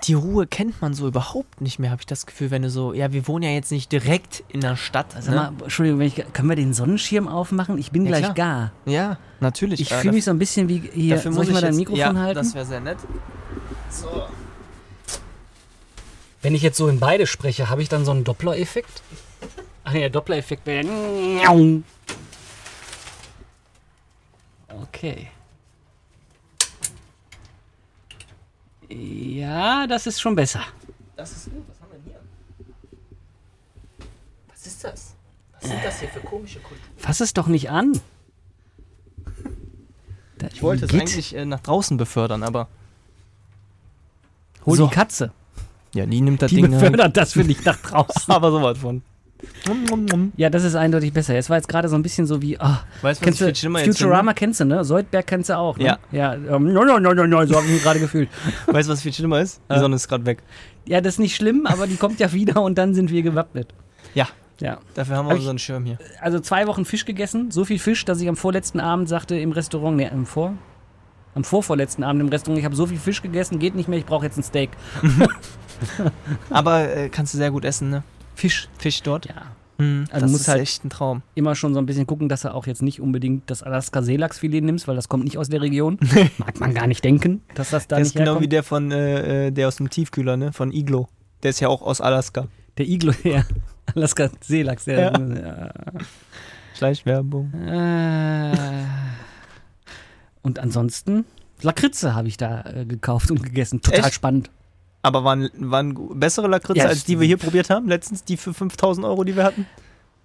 S2: die Ruhe kennt man so überhaupt nicht mehr, habe ich das Gefühl, wenn du so, ja, wir wohnen ja jetzt nicht direkt in der Stadt. ne?
S1: Sag mal, Entschuldigung, wenn ich, können wir den Sonnenschirm aufmachen? Ich bin
S2: Ja,
S1: gleich
S2: klar.
S1: gar.
S2: ne? Ja, natürlich.
S1: Ich
S2: äh,
S1: fühle mich so ein bisschen wie hier.
S2: Dafür
S1: soll
S2: muss
S1: ich mal dein
S2: jetzt,
S1: Mikrofon
S2: ja, Das
S1: halten?
S2: wäre sehr nett. So.
S1: Wenn ich jetzt so in beide spreche, habe ich dann so einen Doppler-Effekt? Ach nee, der Doppler-Effekt wäre. ja- Okay. Ja, das ist schon besser.
S2: Das ist gut. Was haben wir denn hier? Was ist das? Was sind das hier für komische Kulturen?
S1: Fass es doch nicht an.
S2: Ich wollte es eigentlich äh, nach draußen befördern, aber.
S1: Hol
S2: So.
S1: die Katze.
S2: Ja, die nimmt das
S1: Die
S2: Ding. halt.
S1: befördert das für dich nach draußen.
S2: [laughs] Aber sowas von.
S1: [laughs] Ja, das ist eindeutig besser. Jetzt war jetzt gerade so ein bisschen so wie. ah,
S2: Weißt du, was
S1: kennst du,
S2: ich viel schlimmer jetzt
S1: Futurama kennst du, ne? Soldberg kennst du auch, ne?
S2: Ja.
S1: Ja, ähm, no, no, no, no, no, so habe ich mich gerade gefühlt.
S2: finde? Weißt du, was viel schlimmer ist? Die
S1: Ja.
S2: Sonne ist gerade weg.
S1: Ja, das ist nicht schlimm, aber die kommt ja wieder und dann sind wir gewappnet.
S2: Ja,
S1: Ja.
S2: dafür haben
S1: Hab
S2: wir
S1: ich-
S2: unseren Schirm hier.
S1: Also zwei Wochen Fisch gegessen, so viel Fisch, dass ich am vorletzten Abend sagte im Restaurant, ne, am Vor. Am vorvorletzten Abend im Restaurant, ich habe so viel Fisch gegessen, geht nicht mehr, ich brauche jetzt ein Steak.
S2: Aber äh, kannst du sehr gut essen, ne? Fisch. Fisch dort.
S1: Ja.
S2: Mhm,
S1: Also
S2: das
S1: musst
S2: ist
S1: halt-
S2: echt ein Traum.
S1: Immer schon so ein bisschen gucken, dass du auch jetzt nicht unbedingt das Alaska-Seelachsfilet nimmst, weil das kommt nicht aus der
S2: [laughs]
S1: Region. Mag man gar nicht denken, dass das da
S2: der ist
S1: nicht
S2: genau
S1: herkommt.
S2: wie der von äh, äh, der aus dem Tiefkühler, ne? Von Iglo. Der ist ja auch aus Alaska.
S1: Der Iglo, [laughs] ja. Alaska Seelachs, der.
S2: Schleichwerbung.
S1: Äh, und ansonsten, Lakritze habe ich da äh, gekauft und gegessen. Total
S2: Echt?
S1: spannend.
S2: Aber waren, waren gu- bessere Lakritze
S1: Ja,
S2: als die wir hier probiert haben? Letztens die für 5000 Euro, die wir hatten?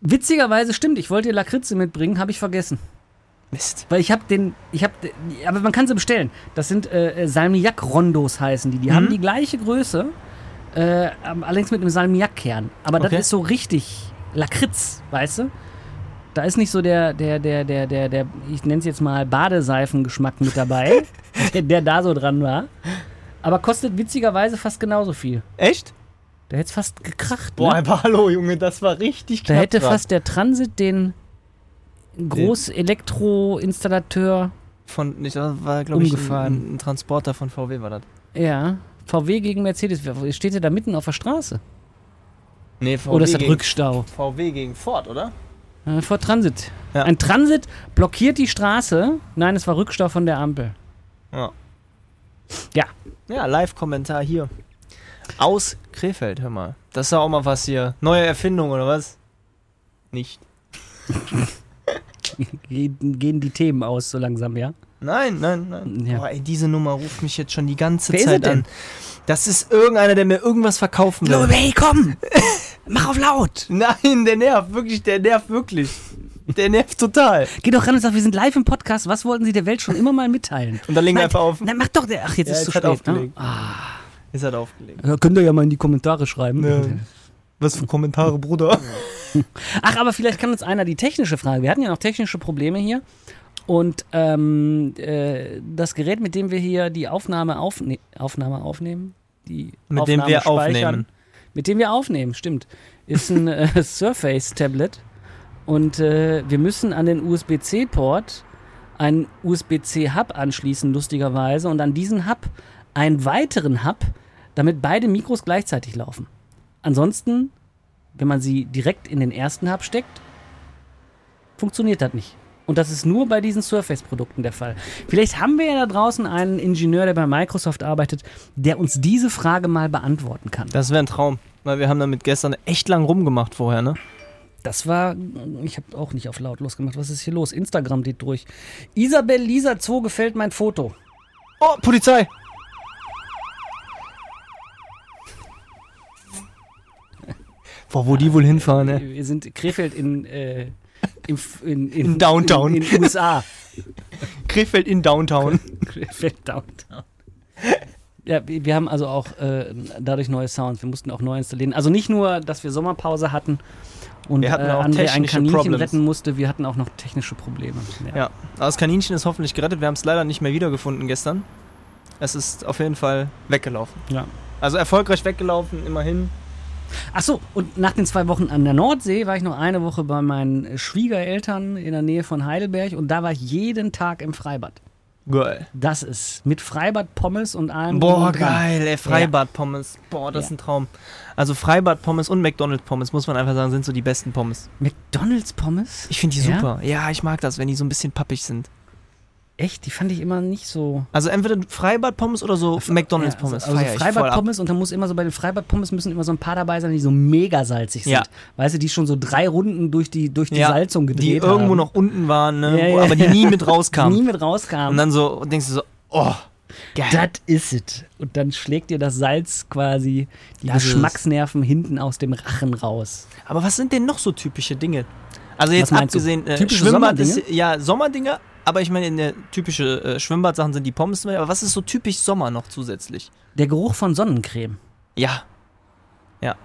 S1: Witzigerweise stimmt, ich wollte dir Lakritze mitbringen, habe ich vergessen.
S2: Mist.
S1: Weil ich habe den, ich habe, aber man kann sie bestellen. Das sind äh, Salmiak-Rondos heißen die. Die
S2: Mhm.
S1: haben die gleiche Größe, äh, aber allerdings mit einem Salmiak-Kern. Aber
S2: Okay.
S1: das ist so richtig Lakritz, weißt du? Da ist nicht so der, der, der, der, der, der ich nenne es jetzt mal Badeseifengeschmack mit dabei,
S2: [laughs]
S1: der, der da so dran war. Aber kostet witzigerweise fast genauso viel.
S2: Echt?
S1: Da hätte es fast gekracht.
S2: Boah,
S1: ne?
S2: aber hallo, Junge, das war richtig
S1: Da
S2: knapp.
S1: hätte
S2: dran.
S1: fast der Transit den Großelektroinstallateur
S2: Von, ich, das war, glaube ich,
S1: Umgefahren.
S2: ein, ein Transporter von VW war das.
S1: Ja, VW gegen Mercedes. Wer- Steht ihr da mitten auf der Straße?
S2: Nee, VW
S1: Oder ist das Rückstau?
S2: VW gegen Ford, oder?
S1: Äh, Vor Transit.
S2: Ja.
S1: Ein Transit blockiert die Straße. Nein, es war Rückstau von der Ampel.
S2: Ja, Live-Kommentar hier. Aus Krefeld, hör mal. Das ist ja auch mal was hier. Neue Erfindung, oder was? Nicht.
S1: [laughs] Gehen, gehen die Themen aus so langsam, ja?
S2: Nein, nein, nein.
S1: Ja.
S2: Boah, ey, diese Nummer ruft mich jetzt schon die ganze
S1: Wer ist
S2: Zeit
S1: er denn?
S2: an. Das ist irgendeiner, der mir irgendwas verkaufen will.
S1: hey, komm! Mach auf laut!
S2: [laughs] Nein, der nervt wirklich, der nervt wirklich. Der nervt total.
S1: Geh doch ran und sag, wir sind live im Podcast. Was wollten Sie der Welt schon immer mal mitteilen?
S2: Und dann legen wir
S1: Nein,
S2: einfach auf.
S1: Nein, mach doch der. Ach, jetzt
S2: Ja,
S1: ist
S2: jetzt
S1: zu
S2: hat
S1: spät. Ne?
S2: aufgelegt.
S1: Ah,
S2: Ist halt aufgelegt. Ne.
S1: ja, könnt ihr ja mal in die Kommentare schreiben. [laughs]
S2: Was für Kommentare, Bruder.
S1: Ach, aber vielleicht kann uns einer die technische Frage. Wir hatten ja noch technische Probleme hier. Und ähm, äh, das Gerät, mit dem wir hier die Aufnahme, aufne Aufnahme aufnehmen, die
S2: Mit dem
S1: Aufnahme
S2: wir
S1: speichern,
S2: aufnehmen.
S1: mit dem wir aufnehmen, stimmt, ist ein äh, [laughs] Surface-Tablet. Und äh, wir müssen an den USB-C-Port einen USB-C-Hub anschließen, lustigerweise, und an diesen Hub einen weiteren Hub, damit beide Mikros gleichzeitig laufen. Ansonsten, wenn man sie direkt in den ersten Hub steckt, funktioniert das nicht. Und das ist nur bei diesen Surface-Produkten der Fall. Vielleicht haben wir ja da draußen einen Ingenieur, der bei Microsoft arbeitet, der uns diese Frage mal beantworten kann.
S2: Das wäre ein Traum. Weil wir haben damit gestern echt lang rumgemacht vorher, ne?
S1: Das war, ich habe auch nicht auf lautlos gemacht. Was ist hier los? Instagram geht durch. Isabel Lisa Zoo gefällt mein Foto.
S2: Oh, Polizei! Boah, wo die wohl hinfahren, ne?
S1: Wir sind Krefeld in, äh, im, F- in, in,
S2: In Downtown.
S1: In, in USA.
S2: Krefeld in Downtown.
S1: [laughs] Krefeld Downtown. Ja, wir wir haben also auch äh, dadurch neue Sounds. Wir mussten auch neu installieren. Also nicht nur, dass wir Sommerpause hatten und
S2: Wir hatten
S1: äh,
S2: auch
S1: André ein
S2: technische
S1: Kaninchen
S2: Problems.
S1: retten musste, wir hatten auch noch technische Probleme. Ja.
S2: Ja, aber das Kaninchen ist hoffentlich gerettet. Wir haben es leider nicht mehr wiedergefunden gestern. Es ist auf jeden Fall weggelaufen.
S1: Ja.
S2: Also erfolgreich weggelaufen, immerhin.
S1: Ach so, und nach den zwei Wochen an der Nordsee war ich noch eine Woche bei meinen Schwiegereltern in der Nähe von Heidelberg und da war ich jeden Tag im Freibad.
S2: Geil.
S1: Das ist mit Freibad, Pommes und allem. drum
S2: Boah,
S1: und dran.
S2: geil, ey. Freibad-Pommes. Boah, das
S1: Ja.
S2: ist ein Traum. Also Freibad-Pommes und McDonald's-Pommes, muss man einfach sagen, sind so die besten Pommes.
S1: McDonalds Pommes?
S2: Ich finde die
S1: Ja?
S2: super. Ja, ich mag das, wenn die so ein bisschen pappig sind.
S1: Echt? Die fand ich immer nicht so.
S2: Also entweder Freibad-Pommes oder so McDonald's-Pommes.
S1: Ja, also,
S2: Feier
S1: also
S2: ich voll ab.
S1: Freibad-Pommes und dann muss immer so bei den Freibad-Pommes müssen immer so ein paar dabei sein, die so mega salzig sind.
S2: Ja.
S1: Weißt du, die schon so drei Runden durch die, durch die
S2: Ja,
S1: Salzung gedreht
S2: Die irgendwo
S1: haben.
S2: noch unten waren, ne?
S1: Ja,
S2: wo-
S1: ja.
S2: aber die nie
S1: [laughs]
S2: mit
S1: nie
S2: rauskamen.
S1: mit rauskamen.
S2: Und dann so und denkst du so, oh, geil.
S1: Das is it. Und dann schlägt dir das Salz quasi die
S2: Das ist es.
S1: Geschmacksnerven hinten aus dem Rachen raus.
S2: Aber was sind denn noch so typische Dinge? Also jetzt
S1: meinst du?
S2: abgesehen, äh,
S1: Typische
S2: Schwimmbad ist
S1: Sommerdinge?
S2: ja Sommerdinge, aber ich meine, in der typische äh, Schwimmbadsachen sind die Pommes, aber was ist so typisch Sommer noch zusätzlich?
S1: Der Geruch von Sonnencreme. [laughs]
S2: Ja. Ja.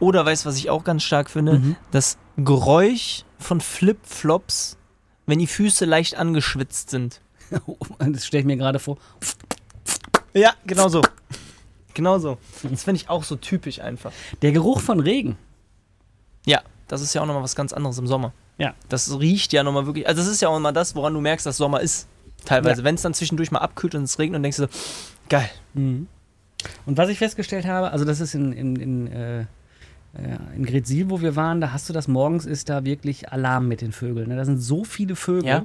S2: Oder weißt du, was ich auch ganz stark finde?
S1: Mhm.
S2: Das Geräusch von Flipflops, wenn die Füße leicht angeschwitzt sind.
S1: Das stelle ich mir gerade vor.
S2: Ja, genau so. Genau so. Das finde ich auch so typisch einfach.
S1: Der Geruch von Regen.
S2: Ja, das ist ja auch nochmal was ganz anderes im Sommer.
S1: Ja.
S2: Das riecht ja nochmal wirklich. Also, das ist ja auch immer das, woran du merkst, dass Sommer ist. Teilweise. Wenn es dann zwischendurch mal abkühlt und es regnet und denkst du so, geil.
S1: Mhm. Und was ich festgestellt habe, also das ist in, in, in, äh, äh, in Gretzil, wo wir waren, da hast du das morgens, ist da wirklich Alarm mit den Vögeln. Ne? Da sind so viele Vögel.
S2: Ja.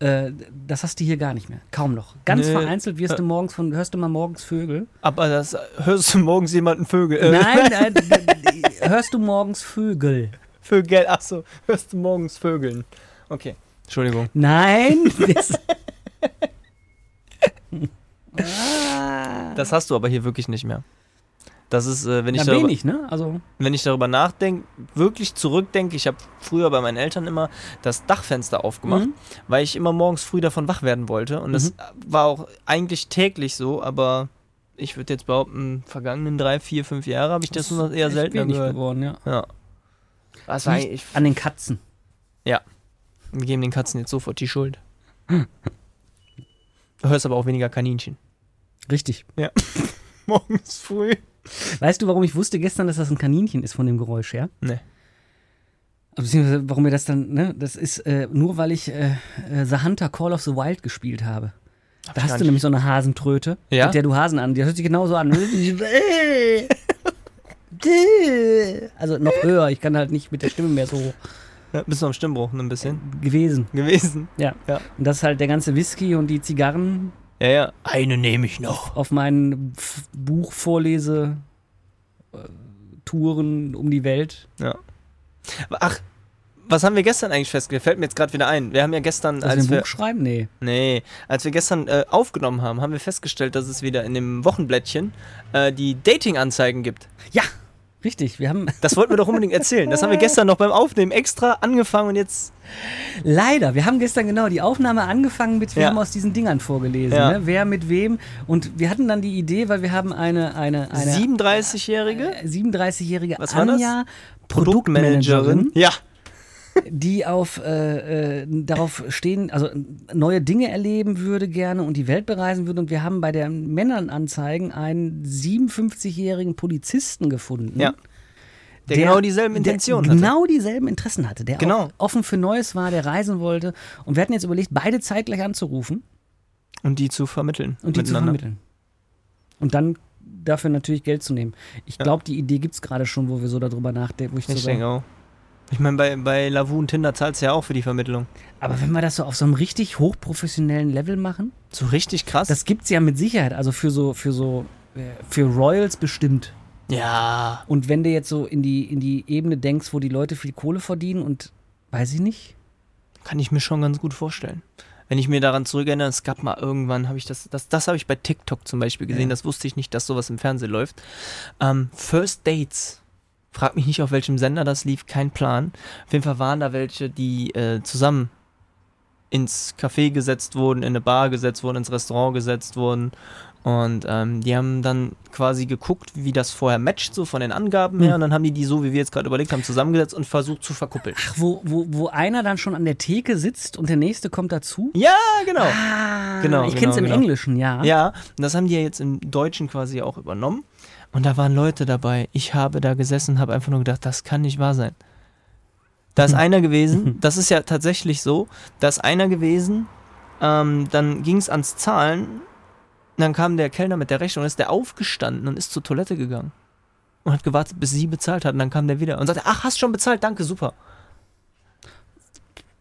S1: Äh, das hast du hier gar nicht mehr. Kaum noch. Ganz
S2: Nee.
S1: vereinzelt
S2: Äh.
S1: wirst du morgens von, hörst du mal morgens Vögel.
S2: Aber das hörst du morgens jemanden Vögel. Äh,
S1: Nein, äh, d- d- hörst du morgens Vögel.
S2: [laughs] Vögel, achso, hörst du morgens Vögeln. Okay. Entschuldigung. [laughs]
S1: Nein, das,
S2: Das hast du aber hier wirklich nicht mehr. Das ist, äh, wenn, ich
S1: ja,
S2: darüber,
S1: wenig, ne? Also
S2: wenn ich darüber nachdenke, wirklich zurückdenke, ich habe früher bei meinen Eltern immer das Dachfenster aufgemacht,
S1: Mhm.
S2: weil ich immer morgens früh davon wach werden wollte. Und das war auch eigentlich täglich so, aber ich würde jetzt behaupten, vergangenen drei, vier, fünf Jahre habe ich das nur noch eher
S1: echt
S2: seltener
S1: wenig
S2: gehört.
S1: geworden, ja.
S2: Ja. Was
S1: Liegt an den Katzen.
S2: Wir geben den Katzen jetzt sofort die Schuld. Du hörst aber auch weniger Kaninchen.
S1: Richtig.
S2: [laughs] Morgens früh.
S1: Weißt du, warum ich wusste gestern, dass das ein Kaninchen ist von dem Geräusch her?
S2: Nee.
S1: Also, Beziehungsweise, warum mir das dann, ne? Das ist äh, nur, weil ich äh, äh, The Hunter Call of the Wild gespielt habe. Da
S2: gar
S1: hast du
S2: nicht.
S1: nämlich so eine Hasentröte,
S2: Ja?
S1: mit der du Hasen an. Die hört sich genauso an. [laughs]
S2: Äh! [laughs]
S1: also noch höher. Ich kann halt nicht mit der Stimme mehr so hoch
S2: Ja, bist du am Stimmbruch ne, ein bisschen
S1: gewesen.
S2: gewesen?
S1: Ja.
S2: Ja.
S1: Und das ist halt der ganze Whisky und die Zigarren
S2: Ja, ja. Eine nehme ich noch.
S1: auf meinen F- Buchvorlese äh, Touren um die Welt.
S2: Ach, was haben wir gestern eigentlich festgelegt? Fällt mir jetzt gerade wieder ein. Wir haben ja gestern,
S1: Also
S2: als
S1: ein
S2: wir,
S1: Buch schreiben? Nee.
S2: nee, als wir gestern äh, aufgenommen haben, haben wir festgestellt, dass es wieder in dem Wochenblättchen äh, die Dating-Anzeigen gibt.
S1: Ja, richtig. Wir haben
S2: Das wollten wir doch unbedingt erzählen. Das haben wir gestern noch beim Aufnehmen extra angefangen und jetzt
S1: leider, wir haben gestern genau die Aufnahme angefangen mit, wir
S2: Ja.
S1: haben aus diesen Dingern vorgelesen,
S2: Ja.
S1: ne? wer mit wem. Und wir hatten dann die Idee, weil wir haben eine, eine, eine
S2: 37-Jährige.
S1: äh, 37-jährige
S2: Was war das?
S1: Anja, Produktmanagerin,
S2: Ja.
S1: die auf, äh, äh, darauf stehen, also neue Dinge erleben würde gerne und die Welt bereisen würde. Und wir haben bei der Männernanzeigen einen 57-jährigen Polizisten gefunden.
S2: Ja. Der, genau dieselben Intentionen
S1: der
S2: hatte.
S1: genau dieselben Interessen hatte, der
S2: Genau.
S1: auch offen für Neues war, der reisen wollte. Und wir hatten jetzt überlegt, beide zeitgleich anzurufen
S2: Und die zu vermitteln.
S1: und die zu
S2: miteinander.
S1: vermitteln. Und dann dafür natürlich Geld zu nehmen. Ich glaube, die Idee gibt es gerade schon, wo wir so darüber nachdenken. Wo ich
S2: Ich
S1: so
S2: denke
S1: denke,
S2: auch. Ich meine, bei, bei Lavu und Tinder zahlst du ja auch für die Vermittlung.
S1: aber wenn wir das so auf so einem richtig hochprofessionellen Level machen,
S2: So richtig krass.
S1: das gibt es ja mit Sicherheit. Also für so, für so, äh, für Royals bestimmt.
S2: ja.
S1: Und wenn du jetzt so in die, in die Ebene denkst, wo die Leute viel Kohle verdienen und weiß ich nicht,
S2: Kann ich mir schon ganz gut vorstellen. Wenn ich mir daran zurückerinnere, es gab mal irgendwann, habe ich das, das, das habe ich bei TikTok zum Beispiel gesehen, das wusste ich nicht, dass sowas im Fernsehen läuft. Ähm, First Dates. Frag mich nicht, auf welchem Sender das lief, kein Plan. Auf jeden Fall waren da welche, die äh, zusammen ins Café gesetzt wurden, in eine Bar gesetzt wurden, ins Restaurant gesetzt wurden. Und ähm, die haben dann quasi geguckt, wie das vorher matcht, so von den Angaben
S1: Hm.
S2: her. Und dann haben die die so, wie wir jetzt gerade überlegt haben, zusammengesetzt und versucht zu verkuppeln.
S1: Ach, wo, wo, wo einer dann schon an der Theke sitzt und der nächste kommt dazu?
S2: Ja, genau.
S1: Ah,
S2: Genau,
S1: Ich kenn's
S2: genau,
S1: im
S2: genau.
S1: Englischen, ja.
S2: Ja, und das haben die ja jetzt im Deutschen quasi auch übernommen. Und da waren Leute dabei. Ich habe da gesessen und habe einfach nur gedacht, das kann nicht wahr sein. Da ist einer gewesen, das ist ja tatsächlich so, da ist einer gewesen, ähm, dann ging es ans Zahlen, dann kam der Kellner mit der Rechnung, dann ist der aufgestanden und ist zur Toilette gegangen. Und hat gewartet, bis sie bezahlt hat. Und dann kam der wieder und sagte, ach, hast schon bezahlt, danke, super.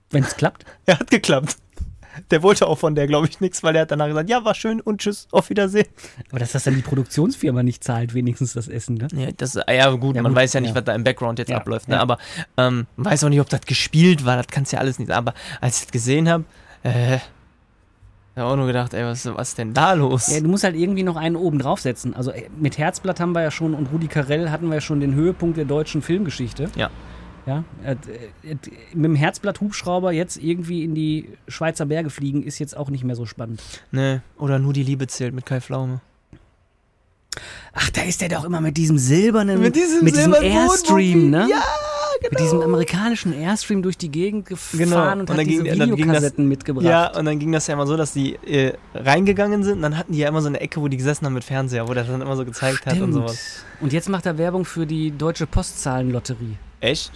S1: Wenn's klappt.
S2: Er hat geklappt. Der wollte auch von der, glaube ich, nichts, weil er hat danach gesagt, ja, war schön und tschüss, auf Wiedersehen.
S1: Aber dass das dann die Produktionsfirma nicht zahlt, wenigstens das Essen, ne?
S2: Ja, das, ah ja gut,
S1: Ja,
S2: man
S1: gut,
S2: weiß ja nicht,
S1: ja.
S2: was da im Background jetzt
S1: Ja,
S2: abläuft, ne?
S1: ja.
S2: aber ähm, man weiß auch nicht, ob das gespielt war, das kannst ja alles nicht. Aber als ich das gesehen habe, äh, hab auch nur gedacht, ey, was, was ist denn da los?
S1: Ja, du musst halt irgendwie noch einen oben draufsetzen. Also äh, mit Herzblatt haben wir ja schon und Rudi Carell hatten wir ja schon den Höhepunkt der deutschen Filmgeschichte.
S2: Ja.
S1: Ja, äh, äh, äh, mit dem Herzblatt-Hubschrauber jetzt irgendwie in die Schweizer Berge fliegen, ist jetzt auch nicht mehr so spannend.
S2: Ne, oder nur die Liebe zählt mit Kai Pflaume.
S1: Ach, da ist der doch immer mit diesem silbernen,
S2: Mit diesem silbernen
S1: Airstream,
S2: Wohnmobil,
S1: ne?
S2: ja,
S1: Mit diesem amerikanischen Airstream durch die Gegend gefahren und,
S2: Genau. Und
S1: hat
S2: dann
S1: diese
S2: ging- dann ging das-
S1: Videokassetten mitgebracht.
S2: Ja, und dann ging das ja immer so, dass die äh, reingegangen sind und dann hatten die ja immer so eine Ecke, wo die gesessen haben mit Fernseher, wo der das dann immer so gezeigt hat und
S1: Stimmt.
S2: sowas.
S1: Und jetzt macht er Werbung für die Deutsche Postzahlenlotterie. [laughs]
S2: Echt?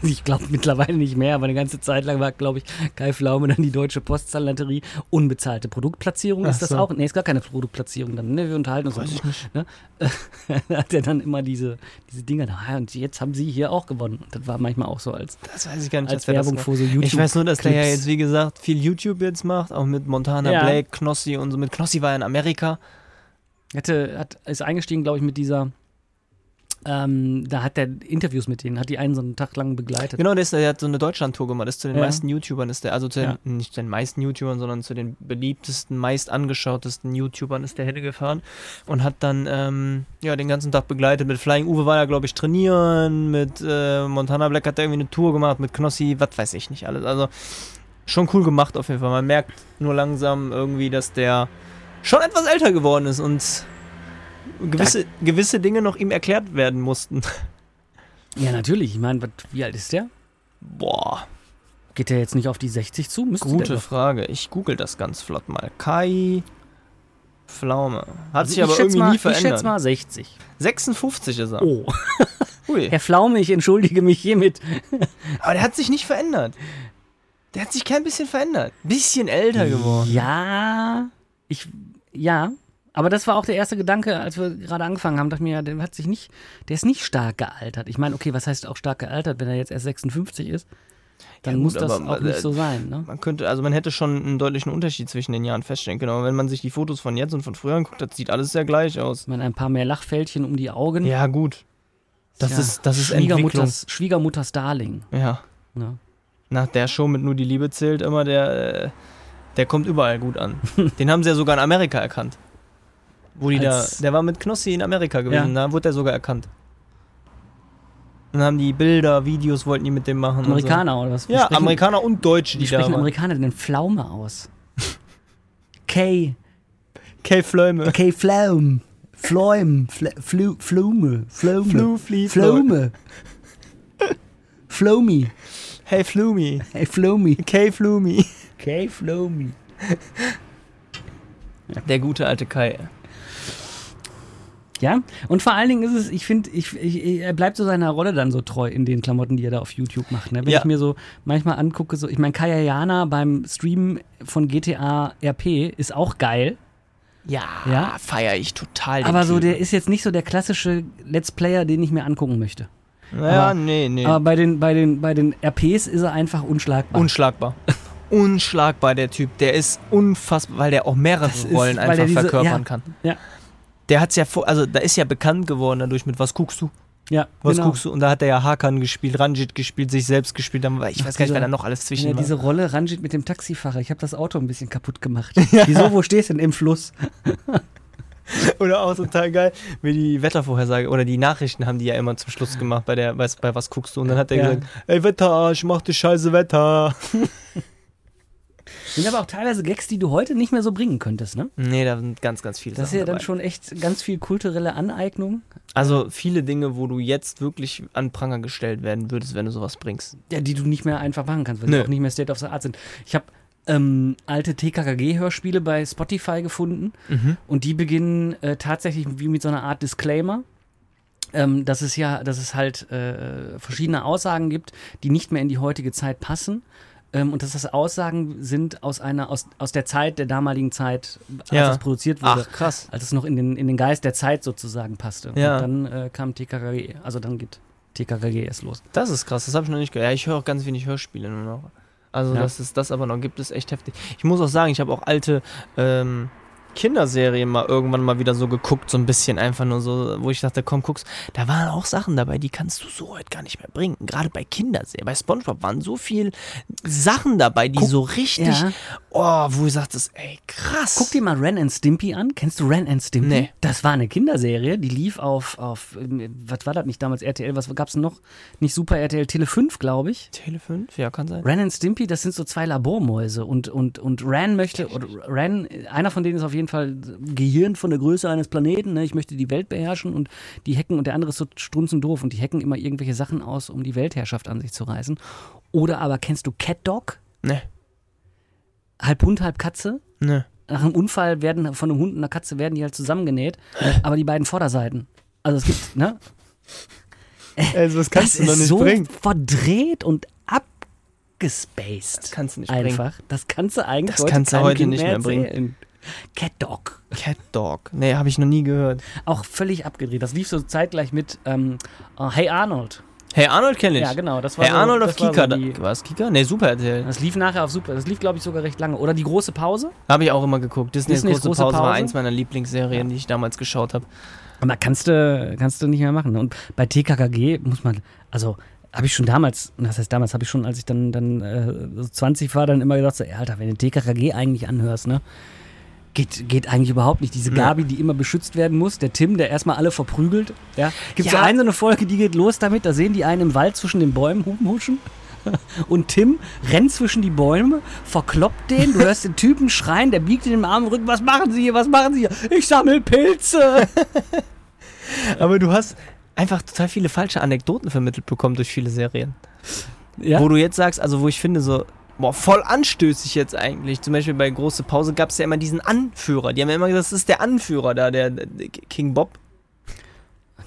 S1: Ich glaube mittlerweile nicht mehr, aber eine ganze Zeit lang war, glaube ich, Kai Pflaume dann die deutsche Postzahlenlotterie. Unbezahlte Produktplatzierung
S2: Ach
S1: ist das
S2: so.
S1: auch. Nee, ist gar keine Produktplatzierung dann. Ne, wir unterhalten uns.
S2: Weiß ich
S1: nicht. Ne? [laughs] Hat er dann immer diese, diese Dinger da. "Ah, Und jetzt haben sie hier auch gewonnen. Und das war manchmal auch so als,
S2: Das weiß ich gar nicht.
S1: als
S2: wer das
S1: Werbung
S2: macht.
S1: vor so YouTube.
S2: Ich weiß nur, dass der ja
S1: Clips.
S2: jetzt, wie gesagt, viel YouTube jetzt macht, auch mit Montana
S1: Ja.
S2: Blake, Knossi und so. Mit Knossi war er in Amerika.
S1: Hätte, hat, ist eingestiegen, glaube ich, mit dieser. Ähm, da hat er Interviews mit denen, hat die einen so einen Tag lang begleitet.
S2: Genau, der, ist, der hat so eine Deutschland-Tour gemacht. Das ist zu den
S1: Ja.
S2: meisten YouTubern ist der, also zu den,
S1: Ja.
S2: nicht zu den meisten YouTubern, sondern zu den beliebtesten, meist angeschautesten YouTubern ist der hingefahren und hat dann ähm, ja den ganzen Tag begleitet. Mit Flying Uwe war er, glaube ich, trainieren. Mit äh, Montana Black hat er irgendwie eine Tour gemacht. Mit Knossi, was weiß ich nicht alles. Also schon cool gemacht auf jeden Fall. Man merkt nur langsam irgendwie, dass der schon etwas älter geworden ist und gewisse, gewisse Dinge noch ihm erklärt werden mussten.
S1: Ja, natürlich. Ich meine, was- wie alt ist der?
S2: Boah.
S1: Geht der jetzt nicht auf die 60 zu? Müsste der
S2: Gute
S1: doch.
S2: Frage. Ich google das ganz flott mal. Kai Pflaume. Hat
S1: Also
S2: sich aber
S1: ich schätz
S2: irgendwie
S1: mal,
S2: nie
S1: Ich schätze
S2: verändert.
S1: mal 60.
S2: 56 ist er. [laughs]
S1: Oh.
S2: Ui.
S1: Herr Pflaume, ich entschuldige mich hiermit.
S2: Aber der hat sich nicht verändert. Der hat sich kein bisschen verändert. Bisschen älter
S1: Mhm.
S2: geworden.
S1: Ja, ich, ja. Aber das war auch der erste Gedanke, als wir gerade angefangen haben, dachte ich mir, ja, der hat sich nicht, der ist nicht stark gealtert. Ich meine, okay, was heißt auch stark gealtert, wenn er jetzt erst 56 ist? Dann
S2: Ja, gut,
S1: muss das
S2: aber,
S1: auch
S2: äh,
S1: nicht so sein, ne?
S2: Man könnte, also man hätte schon einen deutlichen Unterschied zwischen den Jahren feststellen können. Aber wenn man sich die Fotos von jetzt und von früher anguckt, das sieht alles sehr gleich aus.
S1: Ich meine, ein paar mehr Lachfältchen um die Augen.
S2: Ja, gut. Das
S1: Tja,
S2: ist, das ist Entwicklung.
S1: Schwiegermutters, Schwiegermutters Darling.
S2: Ja.
S1: Ne?
S2: Nach der Show mit Nur die Liebe zählt immer, der, äh, der kommt überall gut an.
S1: [laughs]
S2: Den haben sie ja sogar in Amerika erkannt. Wo die da,
S1: Als-
S2: der war mit Knossi in Amerika gewesen, da wurde der sogar erkannt. Dann haben die Bilder, Videos wollten die mit dem machen.
S1: Amerikaner oder was?
S2: Und so. Also Ja, Amerikaner und Deutsche,
S1: Wie
S2: die
S1: sprechen
S2: da waren.
S1: Amerikaner denn Pflaume
S2: [laughs]
S1: aus? K.
S2: Kay Flöme.
S1: K. Pflaum. Pflaum. Pflume. Pflume.
S2: Flu, Fli, Flo.
S1: Pflaume. Flomi.
S2: Hey Flumi.
S1: Hey, Flomi.
S2: Kay Flumi.
S1: K. Flomi.
S2: Der gute alte Kai.
S1: Ja, und vor allen Dingen ist es, ich finde, ich, ich, er bleibt so seiner Rolle dann so treu in den Klamotten, die er da auf YouTube macht. Ne? Wenn
S2: Ja.
S1: ich mir so manchmal angucke, so, ich meine, Kayayana beim Streamen von GTA RP ist auch geil.
S2: Ja,
S1: Ja?
S2: feiere ich total. den
S1: Aber so,
S2: Typen.
S1: der ist jetzt nicht so der klassische Let's Player, den ich mir angucken möchte.
S2: Ja,
S1: aber-
S2: nee, nee.
S1: Aber bei den, bei, den, bei den RPs ist er einfach unschlagbar.
S2: Unschlagbar. [laughs] Unschlagbar, der Typ. Der ist unfassbar, weil der auch mehrere
S1: ist-
S2: Rollen
S1: weil
S2: einfach
S1: der diese-
S2: verkörpern
S1: ja,
S2: kann.
S1: ja.
S2: Der hat's ja vor, also da ist ja bekannt geworden dadurch mit Was guckst du?
S1: ja,
S2: Was
S1: genau.
S2: guckst du? Und da hat er ja Hakan gespielt, Ranjit gespielt, sich selbst gespielt, dann, ich weiß gar nicht,
S1: dieser-
S2: wer da noch alles
S1: Wenn
S2: zwischen
S1: er
S2: war.
S1: diese Rolle Ranjit mit dem Taxifahrer. Ich habe das Auto ein bisschen kaputt
S2: [laughs]
S1: gemacht. Wieso, wo stehst du denn im Fluss?
S2: [laughs] Oder auch total geil, wie die Wettervorhersage oder die Nachrichten haben die ja immer zum Schluss gemacht bei der, weiß, bei was guckst du? Und dann hat er
S1: Ja. [laughs]
S2: gesagt, ey Wetterarsch, mach das scheiße Wetter.
S1: Sind aber auch teilweise Gags, die du heute nicht mehr so bringen könntest, ne?
S2: Nee, da sind ganz, ganz viele
S1: Das ist
S2: Sachen
S1: ja dann
S2: dabei.
S1: schon echt ganz viel kulturelle Aneignung.
S2: Also viele Dinge, wo du jetzt wirklich an Pranger gestellt werden würdest, wenn du sowas bringst.
S1: Ja, die du nicht mehr einfach machen kannst, weil
S2: Nö.
S1: die auch nicht mehr State of the Art sind. Ich habe ähm, alte TKKG-Hörspiele bei Spotify gefunden und die beginnen äh, tatsächlich wie mit so einer Art Disclaimer. Ähm, dass es ja, dass es halt äh, verschiedene Aussagen gibt, die nicht mehr in die heutige Zeit passen. Ähm, und dass das Aussagen sind aus einer, aus, aus der Zeit, der damaligen Zeit, als
S2: Ja.
S1: es produziert wurde.
S2: Ach, krass.
S1: als es noch in den, in den Geist der Zeit sozusagen passte.
S2: Ja.
S1: Und dann äh, kam TKKG, also dann geht TKKG erst los.
S2: Das ist krass, das habe ich noch nicht gehört. Ja, ich höre auch ganz wenig Hörspiele nur noch. Also,
S1: Ja.
S2: dass es das aber noch gibt, ist echt heftig. Ich muss auch sagen, ich habe auch alte ähm, Kinderserien mal irgendwann mal wieder so geguckt, so ein bisschen einfach nur so, wo ich dachte, komm, guck's. Da waren auch Sachen dabei, die kannst du so heute gar nicht mehr bringen. Gerade bei Kinderserien. Bei Spongebob waren so viel Sachen dabei, die so richtig,
S1: ja.
S2: oh, wo du sagtest, ey, krass.
S1: Guck dir mal Ren and Stimpy an. Kennst du Ren and Stimpy?
S2: Nee.
S1: Das war eine Kinderserie, die lief auf, auf ähm, was war das nicht damals, RTL, was gab's denn noch? Nicht Super RTL, Tele 5, glaube ich.
S2: Tele 5? Ja, kann sein.
S1: Ren und Stimpy, das sind so zwei Labormäuse und, und, und Ren möchte, oder Ren, einer von denen ist auf jeden Fall Gehirn von der Größe eines Planeten, ne? ich möchte die Welt beherrschen und die hacken und der andere ist so strunzend doof und die hacken immer irgendwelche Sachen aus, um die Weltherrschaft an sich zu reißen. Oder aber kennst du Cat Dog?
S2: Ne,
S1: Halb Hund, halb Katze?
S2: ne.
S1: Nach einem Unfall werden von einem Hund und einer Katze werden die halt zusammengenäht, aber die beiden Vorderseiten. Also es gibt, ne?
S2: Also, das kannst
S1: das ist so verdreht und abgespaced.
S2: Das kannst du nicht bringen.
S1: einfach. Das kannst du eigentlich
S2: Das kannst du
S1: keinem
S2: heute
S1: Kind
S2: nicht mehr bringen.
S1: erzählen. Cat Dog.
S2: Cat Dog. Nee, habe ich noch nie gehört.
S1: Auch völlig abgedreht. Das lief so zeitgleich mit ähm, äh, Hey Arnold.
S2: Hey, Arnold kenne ich.
S1: Ja, genau. Das war
S2: Hey,
S1: so,
S2: Arnold
S1: das
S2: auf
S1: war
S2: Kika.
S1: So
S2: da-
S1: die,
S2: War es Kika? Nee, Super RTL.
S1: das lief nachher auf Super. Das lief, glaube ich, sogar recht lange. Oder die große Pause.
S2: Habe ich auch immer geguckt. Disney's,
S1: Disney's
S2: große,
S1: große
S2: Pause, war
S1: Pause?
S2: eins meiner Lieblingsserien, die ich damals geschaut habe.
S1: Aber kannst du, kannst du nicht mehr machen. Und bei TKKG muss man, also habe ich schon damals, das heißt damals, habe ich schon, als ich dann, dann äh, so 20 war, dann immer gedacht, so, ey, Alter, wenn du TKKG eigentlich anhörst, ne? Geht, geht eigentlich überhaupt nicht. Diese
S2: Ja.
S1: Gabi, die immer beschützt werden muss, der Tim, der erstmal alle verprügelt. Ja. Gibt es
S2: Ja.
S1: so eine, so eine Folge, die geht los damit, da sehen die einen im Wald zwischen den Bäumen hupen, huschen. [laughs] Und Tim rennt zwischen die Bäume, verkloppt den, du hörst den Typen schreien, der biegt in den Arm rücken, was machen sie hier, was machen sie hier? Ich sammel Pilze. [laughs]
S2: Aber du hast einfach total viele falsche Anekdoten vermittelt bekommen durch viele Serien.
S1: Ja.
S2: Wo du jetzt sagst, also wo ich finde so, boah, voll anstößig jetzt eigentlich. Zum Beispiel bei Große Pause gab es ja immer diesen Anführer. Die haben ja immer gesagt, das ist der Anführer da, der, der King Bob,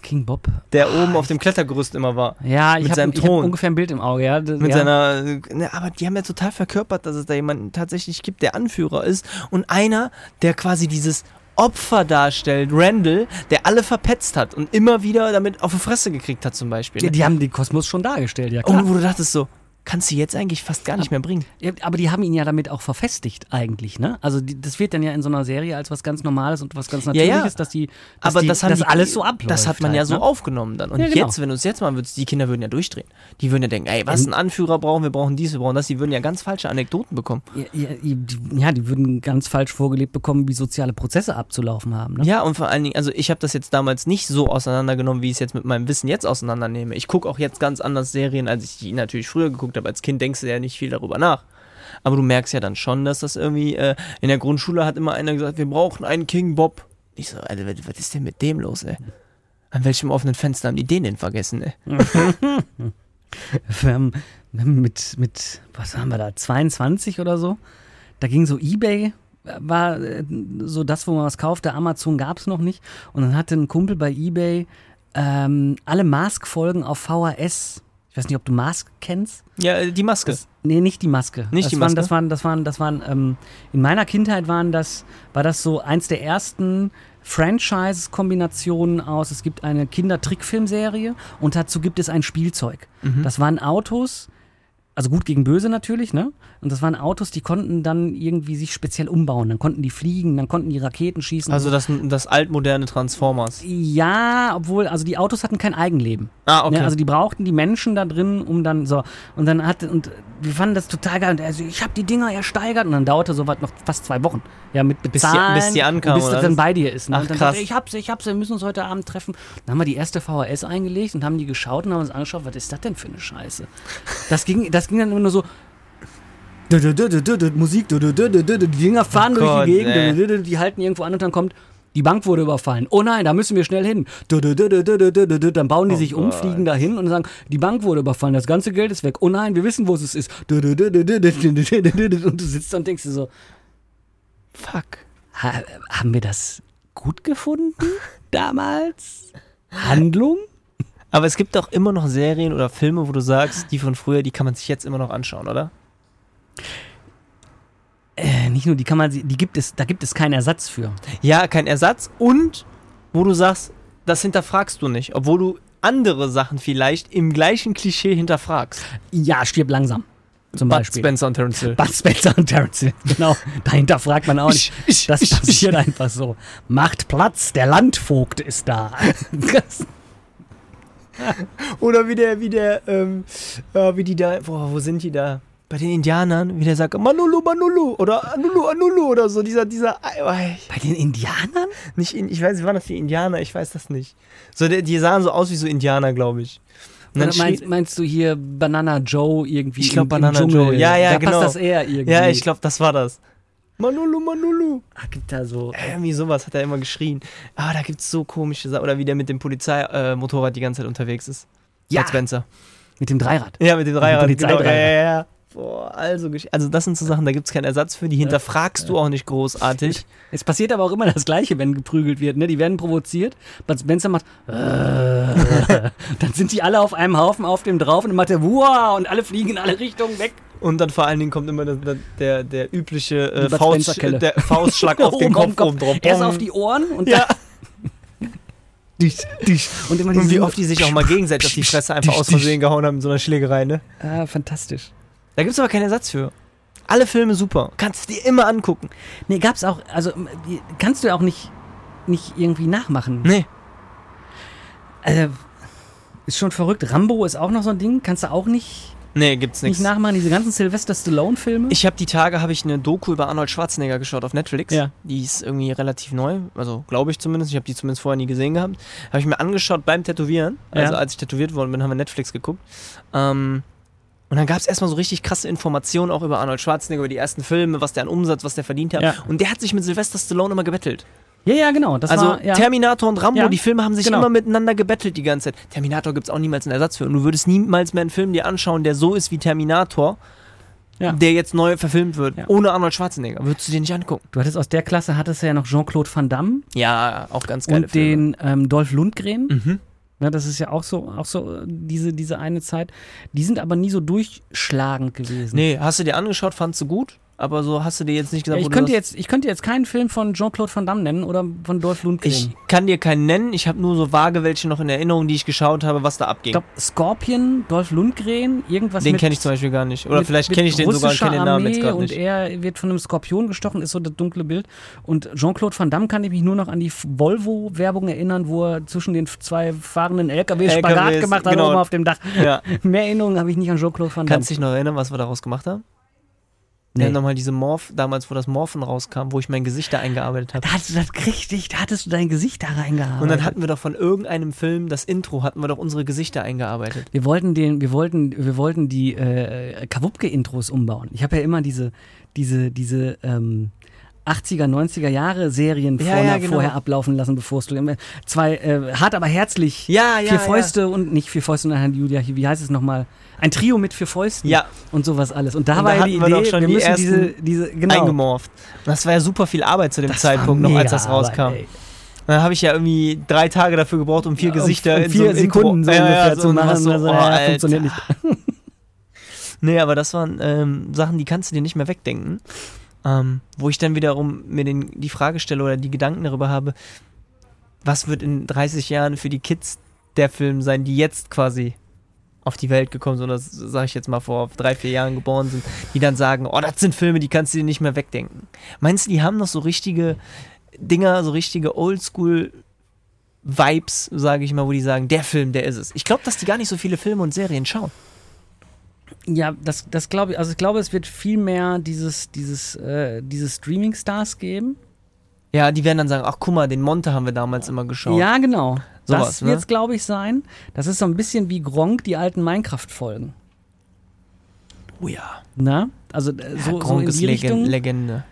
S1: King Bob.
S2: der
S1: Ah,
S2: oben auf dem Klettergerüst immer war.
S1: Ja, ich
S2: Mit
S1: habe
S2: seinem
S1: hab
S2: Thron.
S1: ungefähr ein Bild im Auge, ja. D-
S2: Mit
S1: ja.
S2: seiner. Ne, aber die haben ja total verkörpert, dass es da jemanden tatsächlich gibt, der Anführer ist. Und einer, der quasi dieses Opfer darstellt, Randall, der alle verpetzt hat und immer wieder damit auf die Fresse gekriegt hat, zum Beispiel.
S1: ja,
S2: Ne?
S1: die haben den Kosmos schon dargestellt, ja klar.
S2: und wo du dachtest so, kannst du jetzt eigentlich fast gar nicht mehr bringen.
S1: Ja, aber die haben ihn ja damit auch verfestigt eigentlich, ne? Also die, das wird dann ja in so einer Serie als was ganz Normales und was ganz
S2: ja.
S1: Natürliches, dass die, dass
S2: aber
S1: die,
S2: das haben
S1: dass
S2: die,
S1: alles so abläuft.
S2: Das hat man ja
S1: halt,
S2: so
S1: ne?
S2: aufgenommen dann. Und
S1: Ja, genau.
S2: jetzt, wenn du es jetzt mal würdest, die Kinder würden ja durchdrehen. Die würden ja denken, ey, was ein Anführer brauchen, wir brauchen dies, wir brauchen das. Die würden ja ganz falsche Anekdoten bekommen.
S1: Ja, ja, die, ja, die würden ganz falsch vorgelebt bekommen, wie soziale Prozesse abzulaufen haben, ne?
S2: Ja, und vor allen Dingen, also ich habe das jetzt damals nicht so auseinandergenommen, wie ich es jetzt mit meinem Wissen jetzt auseinandernehme. Ich gucke auch jetzt ganz anders Serien, als ich die natürlich früher geguckt habe. Als Kind denkst du ja nicht viel darüber nach. Aber du merkst ja dann schon, dass das irgendwie, äh, in der Grundschule hat immer einer gesagt, wir brauchen einen King Bob. Ich so, Alter, was was ist denn mit dem los, ey? An welchem offenen Fenster haben die den denn vergessen, ey?
S1: Wir haben wir haben mit, mit, was haben wir da, 22 oder so, da ging so Ebay, war äh, so das, wo man was kaufte, Amazon gab es noch nicht. Und dann hatte ein Kumpel bei Ebay ähm, alle Mask-Folgen auf VHS. Ich weiß nicht, ob du Mask kennst.
S2: Ja, äh, die Maske.
S1: Nee, nicht die Maske.
S2: Nicht
S1: das
S2: die
S1: waren,
S2: Maske?
S1: Das waren, das waren, das waren, ähm, in meiner Kindheit waren das, war das so eins der ersten Franchise-Kombinationen aus. Es gibt eine Kindertrickfilmserie und dazu gibt es ein Spielzeug.
S2: Mhm.
S1: Das waren Autos, also gut gegen böse natürlich, ne? Und das waren Autos, die konnten dann irgendwie sich speziell umbauen. Dann konnten die fliegen, dann konnten die Raketen schießen.
S2: also das, das altmoderne Transformers.
S1: ja, obwohl, also die Autos hatten kein Eigenleben.
S2: Ah, okay.
S1: Ne, also die brauchten die Menschen da drin, um dann so und dann hatte und wir fanden das total geil und er so, ich habe die Dinger ersteigert und dann dauerte sowas noch fast zwei Wochen. Ja, mit
S2: die-
S1: bezahlen,
S2: bis die ankamen,
S1: und bis
S2: oder
S1: das dann
S2: was?
S1: bei dir ist. Ne?
S2: Ach,
S1: und dann
S2: krass.
S1: sagte er, ich hab's, ich hab's, wir müssen uns heute Abend treffen. Dann haben wir die erste VHS eingelegt und haben die geschaut und haben uns angeschaut, was ist das denn für eine Scheiße? Das ging das ging dann immer nur so dü- dü- dü- dü- dü- dü- Musik, dü- dü- dü- dü- dü- dü- die Dinger fahren
S2: Oh
S1: durch
S2: Gott,
S1: die Gegend,
S2: ey.
S1: dü- dü- dü- dü- die halten irgendwo an und dann kommt, die Bank wurde überfallen. Oh nein, da müssen wir schnell hin. Dü- dü- dü- dü- dü- dü- dü- dü- dü- Dann bauen die sich um,
S2: Oh Gott.
S1: fliegen dahin und sagen, die Bank wurde überfallen, das ganze Geld ist weg. Oh nein, wir wissen, wo es ist. Dü- dü- dü- dü- dü- dü- dü- dü- dü- dü- dü- Und du sitzt da und denkst dir so,
S2: Fuck.
S1: ha- haben wir das gut
S2: [laughs]
S1: gefunden damals? Handlung?
S2: Aber es gibt doch immer noch Serien oder Filme, wo du sagst, die von früher, die kann man sich jetzt immer noch anschauen, oder?
S1: Äh, nicht nur, die kann man, sie- die gibt es, da gibt es keinen Ersatz für.
S2: Ja, kein Ersatz. Und wo du sagst, das hinterfragst du nicht, obwohl du andere Sachen vielleicht im gleichen Klischee hinterfragst.
S1: Ja, stirb langsam. Zum
S2: Bud
S1: Beispiel.
S2: Spencer und Terence Hill.
S1: Bud Spencer und Terence Hill. Genau. [laughs] Dahinter fragt man auch nicht.
S2: Ich- ich-
S1: Das
S2: ich-
S1: passiert einfach so. Macht Platz, der Landvogt ist da. Das-
S2: Oder wie der, wie der, ähm, äh, wie die da, boah, wo sind die da? Bei den Indianern, wie der sagt, Manulu, Manulu oder Anulu, Anulu oder so, dieser, dieser, äh,
S1: [laughs] Bei den Indianern?
S2: nicht, in, ich weiß nicht, waren das die Indianer, ich weiß das nicht. So, der, die sahen so aus wie so Indianer, glaube ich. Und dann
S1: Oder meinst,
S2: schrie-
S1: meinst du hier Banana Joe irgendwie?
S2: Ich glaub,
S1: im- im
S2: Banana
S1: Dschungel?
S2: Joe. Ja, ja,
S1: da
S2: genau.
S1: Passt das eher irgendwie?
S2: ja, ich glaube, das war das. Manulu, Manulu.
S1: Ach, gibt da so.
S2: Irgendwie sowas hat er immer geschrien. Ah, da gibt's so komische Sachen. Oder wie der mit dem Polizeimotorrad äh, Motorrad die ganze Zeit unterwegs ist.
S1: Ja,
S2: Bud Spencer.
S1: mit dem Dreirad.
S2: Ja, mit dem Dreirad.
S1: Polizei-
S2: genau. Ja,
S1: Dreirad.
S2: ja, ja. Boah, also, gesch- also das sind so Sachen, da gibt's keinen Ersatz für. Die hinterfragst du auch
S1: [laughs]
S2: nicht großartig.
S1: Es passiert aber auch immer das Gleiche, wenn geprügelt wird. Ne? Die werden provoziert. Bud Spencer macht. Äh, [laughs] dann sind die alle auf einem Haufen auf dem drauf und dann macht er. Wow, und alle fliegen in alle Richtungen weg.
S2: Und dann vor allen Dingen kommt immer der, der, der, der übliche äh,
S1: Die Bud
S2: Faust,
S1: Spencer-Kelle.
S2: der
S1: [laughs]
S2: Faustschlag auf den
S1: Oben
S2: Kopf.
S1: am
S2: Kopf. Oben drauf.
S1: Erst auf die Ohren und
S2: Ähm, [laughs] ja.
S1: dann. Und immer
S2: Und wie
S1: diese-
S2: oft die sich auch mal gegenseitig auf die Fresse einfach aus Versehen gehauen haben in so einer Schlägerei, ne?
S1: Ah, fantastisch.
S2: Da gibt's aber keinen Ersatz für. Alle Filme super. Kannst du dir immer angucken.
S1: Nee, gab's auch. Also, die- kannst du ja auch nicht, nicht irgendwie nachmachen.
S2: Nee.
S1: Also, ist schon verrückt. Rambo ist auch noch so ein Ding. Kannst du auch nicht,
S2: Nee, gibt's
S1: nicht
S2: nichts.
S1: nachmachen. Diese ganzen Sylvester Stallone-Filme.
S2: Ich habe die Tage habe ich eine Doku über Arnold Schwarzenegger geschaut auf Netflix.
S1: Ja.
S2: Die ist irgendwie relativ neu, also glaube ich zumindest. Ich habe die zumindest vorher nie gesehen gehabt. Habe ich mir angeschaut beim Tätowieren. Also
S1: Ja.
S2: als ich tätowiert worden bin, haben wir Netflix geguckt. Ähm, und dann gab es erstmal so richtig krasse Informationen auch über Arnold Schwarzenegger, über die ersten Filme, was der an Umsatz, was der verdient hat.
S1: Ja.
S2: Und der hat sich mit Sylvester Stallone immer gebettelt.
S1: Ja, ja, genau. Das
S2: also
S1: war, ja.
S2: Terminator und Rambo,
S1: Ja.
S2: die Filme haben sich
S1: Genau.
S2: immer miteinander gebettelt die ganze Zeit. Terminator gibt es auch niemals einen Ersatz für. Und du würdest niemals mehr einen Film dir anschauen, der so ist wie Terminator,
S1: Ja.
S2: der jetzt neu verfilmt wird,
S1: Ja.
S2: ohne Arnold Schwarzenegger. Würdest du dir nicht angucken?
S1: Du hattest aus der Klasse hattest du ja noch Jean-Claude Van Damme
S2: Ja, auch ganz geile
S1: und den
S2: Filme.
S1: ähm, Dolph Lundgren.
S2: Mhm.
S1: Ne, das ist ja auch so, auch so äh, diese, diese eine Zeit. Die sind aber nie so durchschlagend gewesen.
S2: Nee, hast du dir angeschaut, fandst du gut, aber so hast du dir jetzt nicht
S1: Ja,
S2: gesagt, wo
S1: ich,
S2: du
S1: könnte
S2: sagst,
S1: jetzt, ich könnte jetzt keinen Film von Jean-Claude Van Damme nennen oder von Dolph Lundgren.
S2: ich kann dir keinen nennen, ich habe nur so vage welche noch in Erinnerung, die ich geschaut habe, was da
S1: Ich
S2: abging.
S1: glaube, Scorpion, Dolph Lundgren, irgendwas
S2: den
S1: mit...
S2: kenne ich zum Beispiel gar nicht. Oder
S1: mit-
S2: vielleicht
S1: mit
S2: kenne ich den sogar und
S1: russischer
S2: kenne den Namen
S1: Armee
S2: jetzt gerade
S1: Und
S2: nicht.
S1: er wird von einem Skorpion gestochen, ist so das dunkle Bild. Und Jean-Claude Van Damme kann ich mich nur noch an die Volvo-Werbung erinnern, wo er zwischen den zwei fahrenden LKW Spagat
S2: LKWs,
S1: gemacht hat,
S2: genau.
S1: oben auf dem Dach.
S2: Ja.
S1: Mehr Erinnerungen habe ich nicht an Jean-Claude Van Damme.
S2: Kannst du dich noch erinnern, was wir daraus gemacht haben?
S1: Nee.
S2: Wir haben nochmal diese Morph, damals, wo das Morphen rauskam, wo ich mein Gesicht da
S1: [laughs]
S2: eingearbeitet habe.
S1: Da hattest du das richtig, da hattest du dein Gesicht da reingehauen.
S2: Und dann hatten wir doch von irgendeinem Film das Intro, hatten wir doch unsere Gesichter eingearbeitet.
S1: Wir wollten den, wir wollten, wir wollten die äh, Kawupke-Intros umbauen. Ich habe ja immer diese, diese, diese ähm, 80er, 90er Jahre Serien
S2: Ja,
S1: vorher,
S2: ja, genau.
S1: vorher ablaufen lassen, bevor es du zwei äh, hart aber herzlich.
S2: Ja, ja,
S1: Vier
S2: ja.
S1: Fäuste und nicht vier Fäuste und dann Julia, wie heißt es nochmal? Ein Trio mit vier Fäusten
S2: Ja.
S1: und sowas alles. Und da
S2: Und
S1: war
S2: da
S1: ja die
S2: hatten wir
S1: Idee,
S2: doch schon
S1: wir
S2: die
S1: müssen diese,
S2: ersten
S1: diese, genau.
S2: Eingemorpht. Und das war ja super viel Arbeit zu dem
S1: Das war
S2: Zeitpunkt, noch als
S1: mega
S2: das rauskam.
S1: Arbeit, ey.
S2: Dann habe ich ja irgendwie drei Tage dafür gebraucht, um vier
S1: Um-
S2: Gesichter
S1: um
S2: in so
S1: vier
S2: einem
S1: Sekunden so
S2: Intro. Ja,
S1: ungefähr
S2: ja,
S1: zu
S2: und du
S1: machen.
S2: warst So,
S1: also,
S2: oh,
S1: ja,
S2: Alter.
S1: funktioniert nicht.
S2: Nee, aber das waren ähm, Sachen, die kannst du dir nicht mehr wegdenken. Ähm, wo ich dann wiederum mir den, die Frage stelle oder die Gedanken darüber habe, was wird in 30 Jahren für die Kids der Film sein, die jetzt quasi auf die Welt gekommen sind, oder sage ich jetzt mal vor drei, vier Jahren geboren sind, die dann sagen, oh, das sind Filme, die kannst du dir nicht mehr wegdenken. Meinst du, die haben noch so richtige Dinger, so richtige Oldschool-Vibes, sage ich mal, wo die sagen, der Film, der ist es. Ich glaube, dass die gar nicht so viele Filme und Serien schauen.
S1: Ja, das, das glaube ich. Also ich glaube, es wird viel mehr dieses, dieses, äh, diese Streaming-Stars geben.
S2: Ja, die werden dann sagen, ach guck mal, den Monte haben wir damals immer geschaut.
S1: Ja, genau.
S2: Sowas,
S1: das wird
S2: ne?
S1: es, glaube ich, sein. Das ist so ein bisschen wie Gronk, die alten Minecraft-Folgen.
S2: Oh ja.
S1: Na? Also äh, so, so in
S2: ist
S1: die Richtung.
S2: Legen Legende.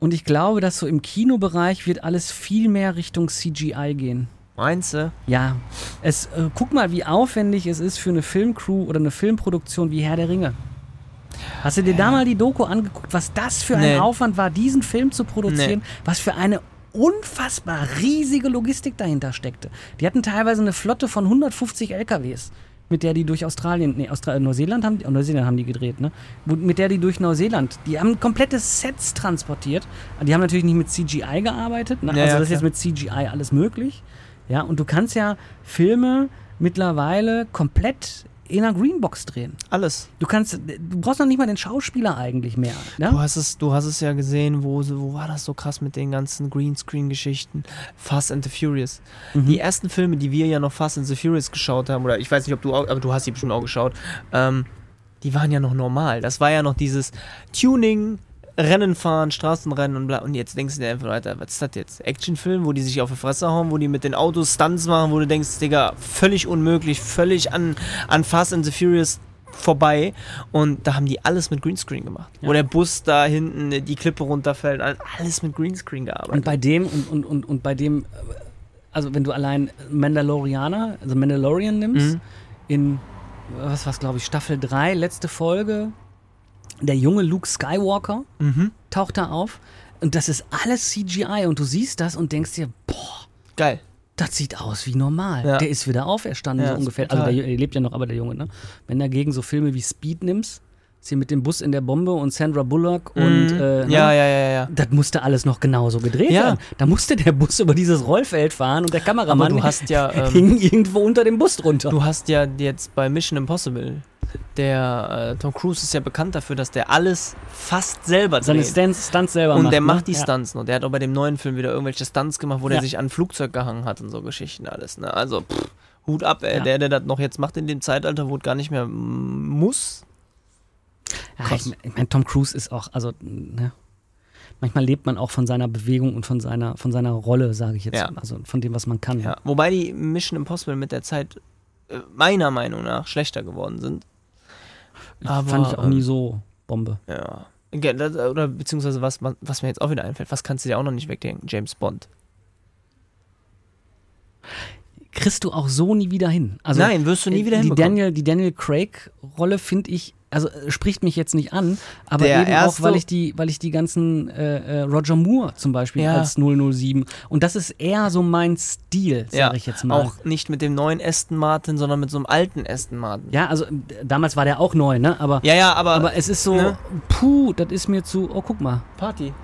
S1: Und ich glaube, dass so im Kinobereich wird alles viel mehr Richtung CGI gehen.
S2: Meinst du?
S1: Ja, es äh, guck mal, wie aufwendig es ist für eine Filmcrew oder eine Filmproduktion wie Herr der Ringe. Hast du dir da mal die Doku angeguckt, was das für ein
S2: Nee.
S1: Aufwand war, diesen Film zu produzieren, was für eine unfassbar riesige Logistik dahinter steckte. Die hatten teilweise eine Flotte von 150 LKWs, mit der die durch Australien, nee, Austra äh, Neuseeland haben die, oh, Neuseeland haben die gedreht, ne? Wo- Mit der die durch Neuseeland, die haben komplette Sets transportiert. Die haben natürlich nicht mit CGI gearbeitet, ne?
S2: Ja,
S1: also
S2: ja,
S1: das ist
S2: klar.
S1: jetzt mit CGI alles möglich. Ja, und du kannst ja Filme mittlerweile komplett in einer Greenbox drehen.
S2: Alles.
S1: Du kannst, du brauchst noch nicht mal den Schauspieler eigentlich mehr.
S2: Du
S1: Ne?
S2: hast es, du hast es ja gesehen, wo, so- wo war das so krass mit den ganzen Greenscreen-Geschichten? Fast and the Furious. Die ersten Filme, die wir ja noch Fast and the Furious geschaut haben, oder ich weiß nicht, ob du auch, aber du hast die bestimmt auch geschaut, ähm, die waren ja noch normal. Das war ja noch dieses Tuning, Rennen fahren, Straßenrennen und bla. Und jetzt denkst du dir einfach, Alter, was ist das jetzt? Actionfilm, wo die sich auf die Fresse hauen, wo die mit den Autos Stunts machen, wo du denkst, Digga, völlig unmöglich, völlig an, an Fast and the Furious vorbei und da haben die alles mit Greenscreen gemacht. Wo der Bus da hinten äh, die Klippe runterfällt, all- alles mit Greenscreen
S1: Und
S2: gearbeitet.
S1: bei dem und, und, und, und bei dem, äh, also wenn du allein Mandalorianer, also Mandalorian nimmst,
S2: Mhm.
S1: in was was glaube ich Staffel 3, letzte Folge, der junge Luke Skywalker
S2: Mhm.
S1: taucht da auf und das ist alles CGI und du siehst das und denkst dir, boah,
S2: Geil.
S1: das sieht aus wie normal.
S2: Ja.
S1: Der ist wieder auferstanden,
S2: Ja,
S1: so
S2: ist
S1: ungefähr.
S2: total.
S1: Also der, Ju- der lebt ja noch, aber der Junge, ne? Wenn du dagegen so Filme wie Speed nimmst, ist hier mit dem Bus in der Bombe und Sandra Bullock und
S2: Mhm.
S1: äh, ne?
S2: ja, ja, ja, ja.
S1: Das musste alles noch genauso gedreht
S2: Ja.
S1: werden. Da musste der Bus über dieses Rollfeld fahren und der Kameramann
S2: Aber du
S1: [laughs]
S2: hast ja, ähm,
S1: hing irgendwo unter dem Bus drunter.
S2: [laughs] Du hast ja jetzt bei Mission Impossible, der äh, Tom Cruise ist ja bekannt dafür, dass der alles fast selber
S1: Seine
S2: dreht.
S1: Stunts, Stunts selber
S2: und
S1: macht.
S2: der
S1: ne?
S2: macht die
S1: Ja.
S2: Stunts noch. Der hat auch bei dem neuen Film wieder irgendwelche Stunts gemacht, wo
S1: Ja.
S2: der sich an ein Flugzeug gehangen hat und so Geschichten alles. Ne? Also pff, Hut ab, ey.
S1: Ja.
S2: Der, der das noch jetzt macht in dem Zeitalter, wo es gar nicht mehr mm, muss.
S1: Ja, ich ich meine, Tom Cruise ist auch, also, ne? Manchmal lebt man auch von seiner Bewegung und von seiner, von seiner Rolle, sage ich jetzt.
S2: Ja.
S1: Also von dem, was man kann.
S2: Ja. Wobei die Mission Impossible mit der Zeit äh, meiner Meinung nach schlechter geworden sind. Aber,
S1: Fand ich auch nie
S2: ähm,
S1: so Bombe.
S2: Ja. Ge- das- Oder beziehungsweise was, man- was mir jetzt auch wieder einfällt, was kannst du dir auch noch nicht wegdenken? James Bond.
S1: kriegst du auch so nie wieder hin. Also,
S2: Nein, wirst du nie
S1: äh,
S2: wieder
S1: die
S2: hinbekommen.
S1: Daniel, die Daniel Craig-Rolle finde ich, also äh, spricht mich jetzt nicht an, aber
S2: Der
S1: eben
S2: erste-
S1: auch, weil ich die, weil ich die ganzen äh, äh, Roger Moore zum Beispiel
S2: Ja.
S1: als 007 und das ist eher so mein Stil, sage
S2: ja,
S1: ich jetzt mal.
S2: auch nicht mit dem neuen Aston Martin, sondern mit so einem alten Aston Martin.
S1: Ja, also äh, damals war der auch neu, ne? Aber,
S2: Ja, ja, aber,
S1: aber es ist so,
S2: ne?
S1: puh, das ist mir zu, oh guck mal,
S2: Party.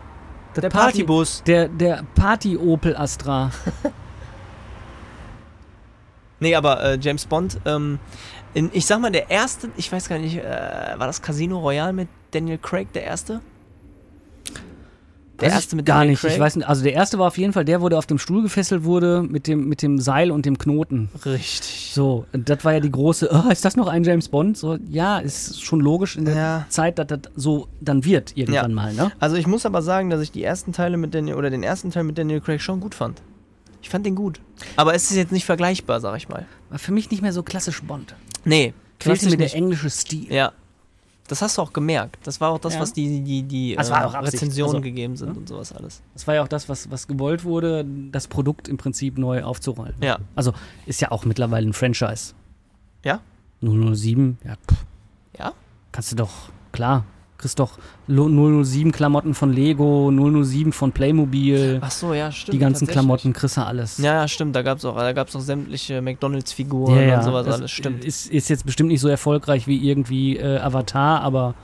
S1: das
S2: Der Partybus.
S1: der der Party Opel Astra.
S2: Nee, aber äh, James Bond, ähm, in, ich sag mal, der erste, ich weiß gar nicht, äh, war das Casino Royale mit Daniel Craig der erste?
S1: Weiß
S2: Der
S1: ich
S2: erste mit
S1: gar
S2: Daniel
S1: nicht.
S2: Craig?
S1: Ich weiß nicht. Also der erste war auf jeden Fall der, wo der auf dem Stuhl gefesselt wurde mit dem mit dem Seil und dem Knoten.
S2: Richtig.
S1: So, das war ja die große, oh, ist das noch ein James Bond? So, ja, ist schon logisch in der
S2: Ja.
S1: Zeit, dass das so dann wird irgendwann
S2: Ja.
S1: mal, ne?
S2: Also ich muss aber sagen, dass ich die ersten Teile mit Daniel, oder den ersten Teil mit Daniel Craig schon gut fand. Ich fand den gut. Aber es ist jetzt nicht vergleichbar, sag ich mal.
S1: War für mich nicht mehr so klassisch Bond.
S2: Nee,
S1: Fehlte
S2: klassisch
S1: mir der
S2: nicht.
S1: englische Stil.
S2: Ja. Das hast du auch gemerkt. Das war auch das,
S1: Ja.
S2: was die, die, die
S1: Das
S2: äh,
S1: war auch Absicht.
S2: Rezensionen
S1: Also,
S2: gegeben sind und sowas alles.
S1: Das war ja auch das, was, was gewollt wurde, das Produkt im Prinzip neu aufzurollen.
S2: Ja.
S1: Also ist ja auch mittlerweile ein Franchise.
S2: Ja?
S1: 007, ja, pff,
S2: Ja?
S1: kannst du doch, klar, kriegst doch Lo- 007 Klamotten von Lego, 007 von Playmobil,
S2: Ach so, ja, stimmt.
S1: die ganzen
S2: tatsächlich.
S1: Klamotten kriegst du alles.
S2: Ja, ja, stimmt. Da gab's auch, da gab's auch sämtliche McDonalds-Figuren und sowas
S1: das äh,
S2: alles. Stimmt.
S1: Ist, ist jetzt bestimmt nicht so erfolgreich wie irgendwie äh, Avatar, aber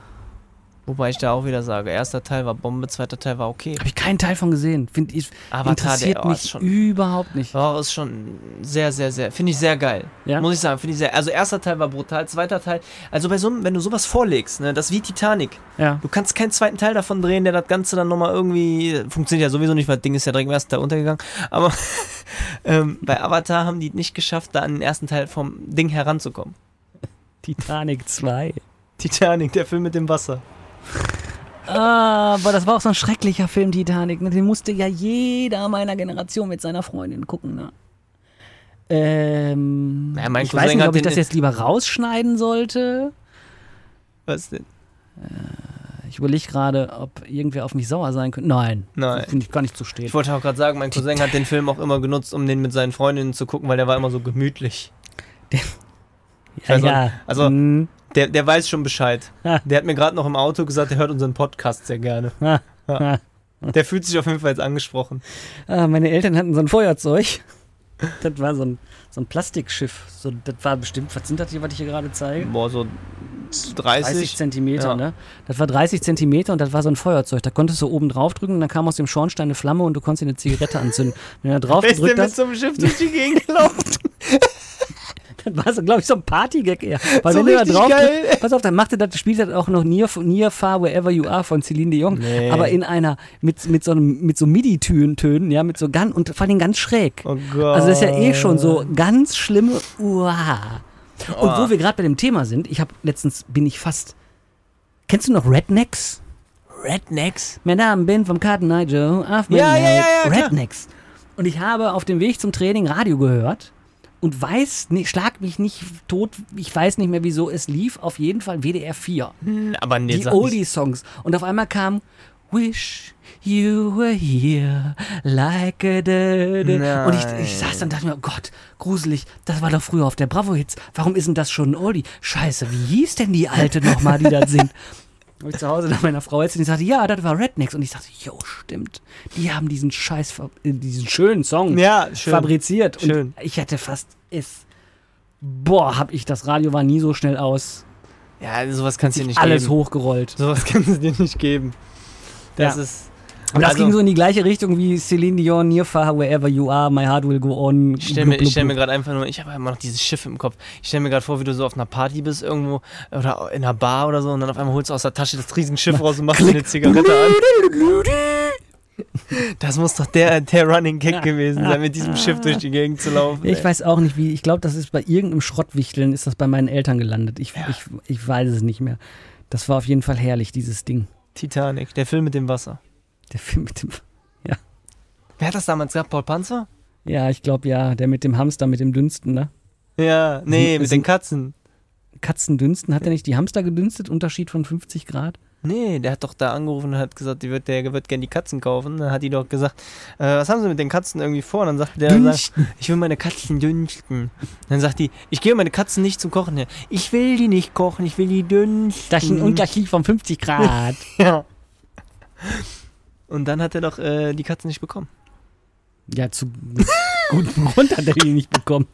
S2: Wobei ich da auch wieder sage, erster Teil war Bombe, zweiter Teil war okay.
S1: habe ich keinen Teil von gesehen. Find ich,
S2: Avatar,
S1: interessiert
S2: der- oh,
S1: mich
S2: ist schon-
S1: überhaupt nicht.
S2: Ja, ist schon sehr, sehr, sehr, finde ich sehr geil.
S1: Ja?
S2: Muss ich sagen, finde ich sehr. Also erster Teil war brutal, zweiter Teil. Also bei so, einem- wenn du sowas vorlegst, ne, das ist wie Titanic.
S1: Ja.
S2: Du kannst keinen zweiten Teil davon drehen, der das Ganze dann nochmal irgendwie. Funktioniert ja sowieso nicht, weil das Ding ist ja direkt im ersten Teil untergegangen. Aber [laughs] ähm, bei Avatar haben die nicht geschafft, da an den ersten Teil vom Ding heranzukommen.
S1: Titanic 2.
S2: Titanic, der Film mit dem Wasser.
S1: Ah, Aber das war auch so ein schrecklicher Film, Titanic. Ne? Den musste ja jeder meiner Generation mit seiner Freundin gucken. Ne? Ähm,
S2: Ja, mein
S1: ich
S2: Cousin
S1: weiß nicht,
S2: hat
S1: ob ich
S2: den-
S1: das jetzt lieber rausschneiden sollte.
S2: Was denn?
S1: Äh, Ich überlege gerade, ob irgendwer auf mich sauer sein könnte. Nein.
S2: Nein.
S1: Finde ich gar nicht zu stehen.
S2: Ich wollte auch gerade sagen, mein Cousin hat den Film auch immer genutzt, um den mit seinen Freundinnen zu gucken, weil der war immer so gemütlich. weiß auch nicht. Also-
S1: mm,
S2: Der, der weiß schon Bescheid.
S1: Ha.
S2: Der hat mir gerade noch im Auto gesagt, der hört unseren Podcast sehr gerne.
S1: ha,
S2: Ja.
S1: ha.
S2: Der fühlt sich auf jeden Fall jetzt angesprochen.
S1: Ah, meine Eltern hatten so ein Feuerzeug. [laughs] Das war so ein, so ein Plastikschiff. So, das war bestimmt, was sind das hier, was ich hier gerade zeige?
S2: Boah, so 30.
S1: 30 Zentimeter,
S2: Ja.
S1: ne? Das war 30 Zentimeter und das war so ein Feuerzeug. Da konntest du oben drauf drücken und dann kam aus dem Schornstein eine Flamme und du konntest dir eine Zigarette anzünden. Wenn du da
S2: [laughs]
S1: drauf
S2: Wer ist denn
S1: gedrückt
S2: mit
S1: hast,
S2: so einem Schiff durch die Gegend gelaufen?
S1: dann war so, glaube ich, so ein Partygag
S2: [laughs]
S1: eher. Weil
S2: So
S1: wenn du da
S2: richtig
S1: drauf
S2: geil.
S1: drückst, pass auf, dann machte das, spielt das auch noch Near, Near Far Wherever You Are von Celine Dion.
S2: Nee.
S1: Aber in einer, mit, mit so einem, mit so MIDI-Tönen, ja, mit so ganz, und vor allem ganz schräg.
S2: [laughs] Oh Gott.
S1: Also das ist ja eh schon
S2: Oh.
S1: so ganz schlimme Uah. Und wo wir gerade bei dem Thema sind, ich habe letztens bin ich fast. Kennst du noch Rednecks?
S2: Rednecks?
S1: Mein Name bin vom Cotton Eye Joe. I've been
S2: Ja, ja,
S1: married.
S2: ja, ja, klar.
S1: Rednecks. Und ich habe auf dem Weg zum Training Radio gehört und weiß, nee, schlag mich nicht tot, ich weiß nicht mehr wieso, es lief auf jeden Fall WDR 4
S2: Hm, Aber nee,
S1: die
S2: sag nicht.
S1: Oldie-Songs. Und auf einmal kam Wish you were here like a da, da. Und ich, ich saß dann und dachte mir, oh Gott, gruselig, das war doch früher auf der Bravo-Hits. Warum ist denn das schon ein Oldie? Scheiße, wie hieß denn die
S2: [laughs]
S1: Alte nochmal, die da singt? Hab ich zu Hause nach meiner Frau jetzt und die sagte, ja, das war Rednecks. Und ich dachte, jo, stimmt. Die haben diesen scheiß, ver- äh, diesen schönen Song
S2: Ja, schön.
S1: fabriziert. Und
S2: Schön.
S1: ich hätte fast es. Boah, hab ich, das Radio war nie so schnell aus.
S2: Ja, sowas kannst du dir nicht
S1: Alles
S2: geben.
S1: hochgerollt.
S2: Sowas [laughs] kannst du dir nicht geben. Das
S1: Ja.
S2: ist.
S1: Und das
S2: Also-
S1: ging so in die gleiche Richtung wie Celine Dion, Near Far, Wherever You Are, My Heart Will Go On.
S2: Ich stelle mir,
S1: blub,
S2: ich stell mir
S1: blub,
S2: gerade einfach nur, ich habe immer noch dieses Schiff im Kopf. Ich stelle mir gerade vor, wie du so auf einer Party bist irgendwo oder in einer Bar oder so und dann auf einmal holst du aus der Tasche das Riesenschiff raus und machst dir eine
S1: [laughs]
S2: Zigarette an. Das muss doch der, der Running Gag gewesen sein, mit diesem Schiff durch die Gegend zu laufen.
S1: blub. Ich weiß auch nicht, wie. Ich glaube, das ist bei irgendeinem Schrottwichteln ist das bei meinen Eltern gelandet. Ich, ich, ich weiß es nicht mehr. Das war auf jeden Fall herrlich, dieses Ding.
S2: Titanic, der Film mit dem Wasser.
S1: Der Film mit dem.
S2: Wer hat das damals gehabt? Paul Panzer?
S1: Ja, ich glaube ja, der mit dem Hamster, mit dem Dünsten, ne?
S2: Ja, nee,
S1: Hm,
S2: mit
S1: ist
S2: den
S1: ein-
S2: Katzen.
S1: Katzendünsten, hat er nicht die Hamster gedünstet? Unterschied von 50 Grad?
S2: Nee, der hat doch da angerufen und hat gesagt, die wird, der wird gern die Katzen kaufen. Dann hat die doch gesagt, äh, was haben sie mit den Katzen irgendwie vor? Und dann sagt der, sagt, ich will meine Katzen dünsten. Dann sagt die, ich gebe meine Katzen nicht zum Kochen her. Ich will die nicht kochen, ich will die dünsten.
S1: Das ist ein Unterschied von 50 Grad.
S2: [laughs] Ja. Und dann hat er doch äh, die Katzen nicht bekommen.
S1: Ja, zu gutem Grund hat er die nicht bekommen.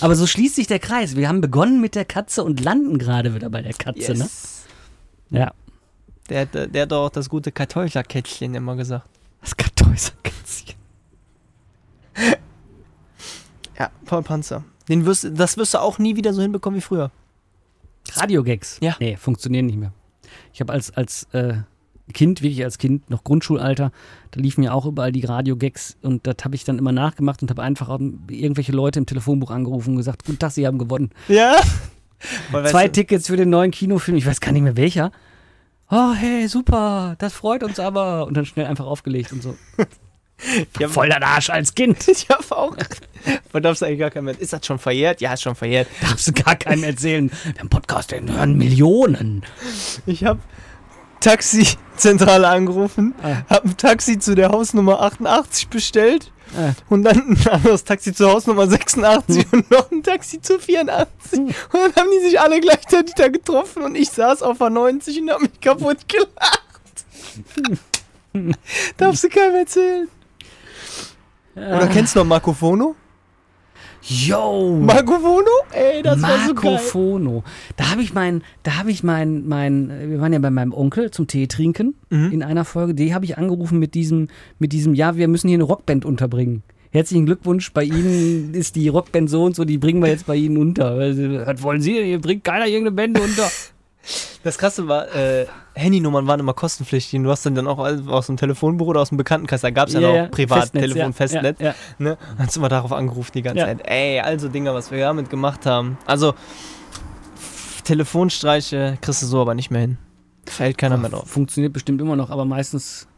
S1: Aber so schließt sich der Kreis. Wir haben begonnen mit der Katze und landen gerade wieder bei der Katze, ne? Ja.
S2: Der, hat, äh, der hat doch auch das gute Kartäuscherkätzchen immer gesagt.
S1: Das Kartäuserkätzchen.
S2: Ja, Paul Panzer. Den wirst, das wirst du auch nie wieder so hinbekommen wie früher.
S1: Radiogags.
S2: Ja.
S1: Nee, funktionieren nicht mehr. Ich habe als, als äh, Kind, wirklich als Kind, noch Grundschulalter, da liefen ja auch überall die Radiogags und das habe ich dann immer nachgemacht und habe einfach auch irgendwelche Leute im Telefonbuch angerufen und gesagt, guten Tag, Sie haben gewonnen.
S2: Ja. [laughs] Weil, weißt
S1: Zwei
S2: du-
S1: Tickets für den neuen Kinofilm, ich weiß gar nicht mehr welcher. Oh, hey, super, das freut uns aber. Und dann schnell einfach aufgelegt und so.
S2: [laughs] Ja,
S1: Voll der Arsch als Kind.
S2: [laughs] Ich hab auch. Man darf es eigentlich gar keinem mehr. Ist das schon verjährt? Ja, ist schon verjährt.
S1: Darfst du gar keinem erzählen. Wir haben Podcast, den hören Millionen.
S2: Ich hab Taxizentrale angerufen,
S1: Ah.
S2: hab ein Taxi zu der Hausnummer 88 bestellt
S1: Ah.
S2: und dann ein anderes Taxi zur Hausnummer 86 und noch ein Taxi zu 84. Und dann haben die sich alle gleichzeitig da getroffen und ich saß auf der 90 und hab mich kaputt gelacht. Darfst du keinem erzählen. Oder kennst du noch Marco Fono?
S1: Yo,
S2: Marco Fono? Ey, das war so
S1: Marco
S2: geil.
S1: Fono. Da habe ich mein, da habe ich mein, mein, äh, wir waren ja bei meinem Onkel zum Tee trinken
S2: Mhm.
S1: in einer Folge. Die habe ich angerufen mit diesem, mit diesem, ja, wir müssen hier eine Rockband unterbringen. Herzlichen Glückwunsch, bei Ihnen ist die Rockband so und so, die bringen wir jetzt bei Ihnen unter. Also, Was wollen Sie denn? Hier bringt keiner irgendeine Band
S2: [laughs]
S1: unter.
S2: Das Krasse war, äh, Handynummern waren immer kostenpflichtig. Du hast dann, dann auch aus dem Telefonbuch oder aus dem Bekanntenkreis, da gab es ja, noch Privattelefon, Festnetz.
S1: Ja, ja.
S2: Ne? Dann hast du immer darauf angerufen die ganze
S1: Ja.
S2: Zeit. Ey, also Dinger, was wir damit gemacht haben. Also, f- Telefonstreiche kriegst du so aber nicht mehr hin. Fällt keiner mehr drauf.
S1: Funktioniert bestimmt immer noch, aber meistens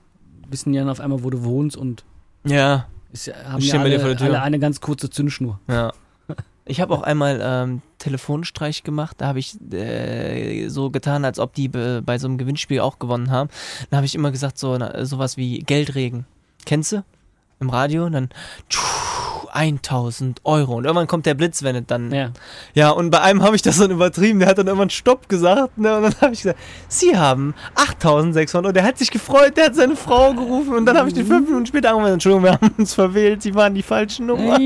S1: wissen die dann auf einmal, wo du wohnst und
S2: Ja,
S1: ist, ja- haben
S2: Ich
S1: ja
S2: stell mir
S1: alle,
S2: dir vor der Tür.
S1: alle eine ganz kurze Zündschnur.
S2: ja. [laughs] Ich habe auch einmal ähm, Telefonstreich gemacht. Da habe ich äh, so getan, als ob die be- bei so einem Gewinnspiel auch gewonnen haben. Da habe ich immer gesagt, so na, sowas wie Geldregen. Kennst du? Im Radio. Und dann tschuh, 1000 Euro. Und irgendwann kommt der Blitz, wenn es dann. Ja,
S1: Ja.
S2: und bei einem habe ich das dann übertrieben. Der hat dann irgendwann Stopp gesagt. Ne? Und dann habe ich gesagt, Sie haben 8600. Und der hat sich gefreut. Der hat seine Frau gerufen. Und dann habe ich den fünf Minuten später angerufen. Entschuldigung, wir haben uns verwählt. Sie waren die falsche Nummer.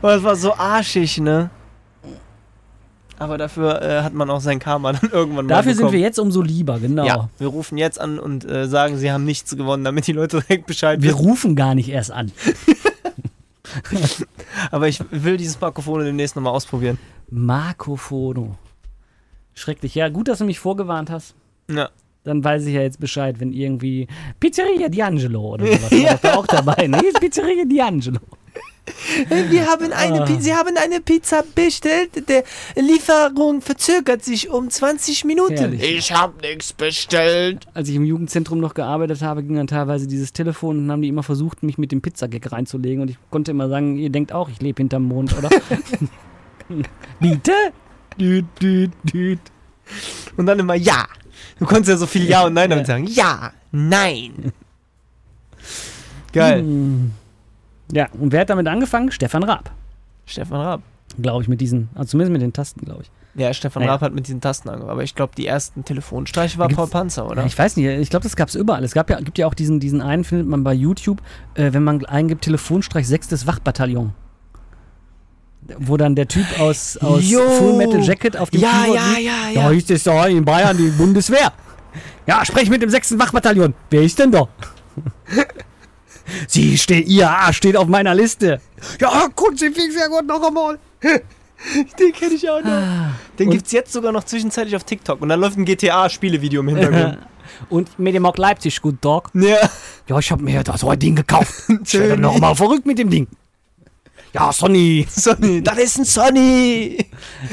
S2: Aber es war so arschig, ne? Aber dafür äh, hat man auch sein Karma [laughs] dann irgendwann mal
S1: Dafür sind wir
S2: bekommen.
S1: jetzt umso lieber, genau.
S2: Ja, wir rufen jetzt an und äh, sagen, sie haben nichts gewonnen, damit die Leute direkt Bescheid
S1: Wir
S2: wissen.
S1: rufen gar nicht erst an.
S2: Aber ich will dieses Parkophone demnächst nochmal ausprobieren.
S1: Marco Fono. Schrecklich. Ja, gut, dass du mich vorgewarnt hast.
S2: Ja.
S1: Dann weiß ich ja jetzt Bescheid, wenn irgendwie Pizzeria D'Angelo oder
S2: [laughs]
S1: sowas. War doch da auch dabei. Nee, ist Pizzeria D'Angelo.
S2: [laughs] Wir haben eine,
S1: Ah.
S2: Pi- Sie haben eine Pizza bestellt. Der Lieferung verzögert sich um 20 Minuten.
S1: Herrlich.
S3: Ich hab nichts bestellt.
S1: Als ich im Jugendzentrum noch gearbeitet habe, ging dann teilweise dieses Telefon und haben die immer versucht, mich mit dem Pizzagag reinzulegen. Und ich konnte immer sagen, ihr denkt auch, ich lebe hinterm Mond,
S2: [laughs]
S1: oder? Bitte? Düt, düt, düt.
S2: Und dann immer Ja. Du konntest ja so viel Ja und Nein damit
S1: Ja.
S2: sagen. Ja,
S1: [laughs]
S2: Nein. Geil.
S1: Hm. Ja, und wer hat damit angefangen? Stefan Raab.
S2: Stefan Raab.
S1: Glaube ich, mit diesen, also zumindest mit den Tasten, glaube ich.
S2: Ja, Stefan
S1: Naja.
S2: Raab hat mit diesen Tasten angefangen, aber ich glaube, die ersten Telefonstreiche war
S1: Gibt's-
S2: Paul Panzer, oder?
S1: Ja, ich weiß nicht, ich glaube, das gab es überall. Es gab ja, gibt ja auch diesen, diesen einen, findet man bei YouTube, äh, wenn man eingibt, Telefonstreich 6. des Wachbataillon. Wo dann der Typ aus, aus
S2: Jo.
S1: Full Metal Jacket auf dem
S2: Ja,
S1: Keyboard
S2: ja,
S1: liegt.
S2: ja,
S1: Da
S2: ja.
S1: hieß es doch in Bayern die Bundeswehr. Ja, sprech mit dem 6. Wachbataillon. Wer ist
S2: [laughs]
S1: denn da? Sie steht, ihr A steht auf meiner Liste. Ja, Kruzifix, ja gut, noch einmal.
S2: Den kenne ich auch noch. Den
S1: Und-
S2: gibt's jetzt sogar noch zwischenzeitlich auf TikTok und dann läuft ein GTA-Spielevideo im [laughs] Hintergrund.
S1: [laughs] Und mit dem auch Leipzig, guten Tag.
S2: ja.
S1: Ja, ich habe mir das heute Ding
S2: [laughs]
S1: gekauft. Ich
S2: Schön.
S1: werde nochmal verrückt mit dem Ding. Ja, Sonny.
S2: Sonny, das ist ein Sonny.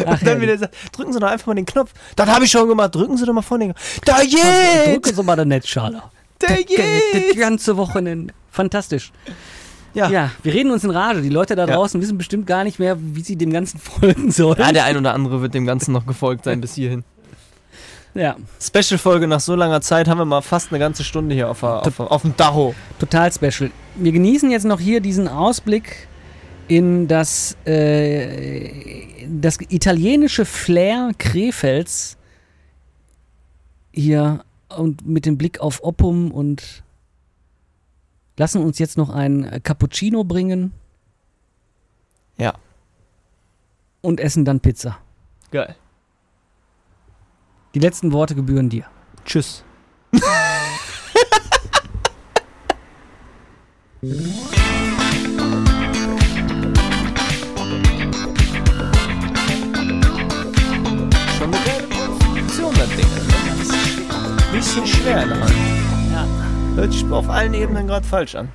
S1: Ach,
S2: und dann wieder sagt, drücken Sie doch einfach mal den Knopf. Das habe ich schon gemacht, drücken Sie doch mal vorne. den Knopf. Da
S1: Drücke
S2: geht!
S1: so mal den Netzschalter.
S2: Da
S1: Das
S2: geht!
S1: ganze Wochenende. Fantastisch.
S2: Ja. ja.
S1: Ja, wir reden uns in Rage. Die Leute da
S2: Ah. Ja. Ah,
S1: draußen wissen bestimmt gar nicht mehr, wie sie dem Ganzen folgen sollen.
S2: der ein oder andere wird dem Ganzen noch gefolgt sein bis hierhin.
S1: Ja,
S2: Special-Folge nach so langer Zeit haben wir mal fast eine ganze Stunde hier auf, der- auf, auf dem Dacho.
S1: total special. Wir genießen jetzt noch hier diesen Ausblick in das, äh, das italienische Flair Krefelds hier und mit dem Blick auf Oppum und lassen uns jetzt noch ein Cappuccino bringen
S2: Ja,
S1: und essen dann Pizza.
S2: geil.
S1: Die letzten Worte gebühren dir.
S2: Tschüss. Schon eine geile Produktion, das Ding. ne? Das ist Bisschen schwer, ne? Ja. Hört sich auf allen Ebenen gerade falsch an.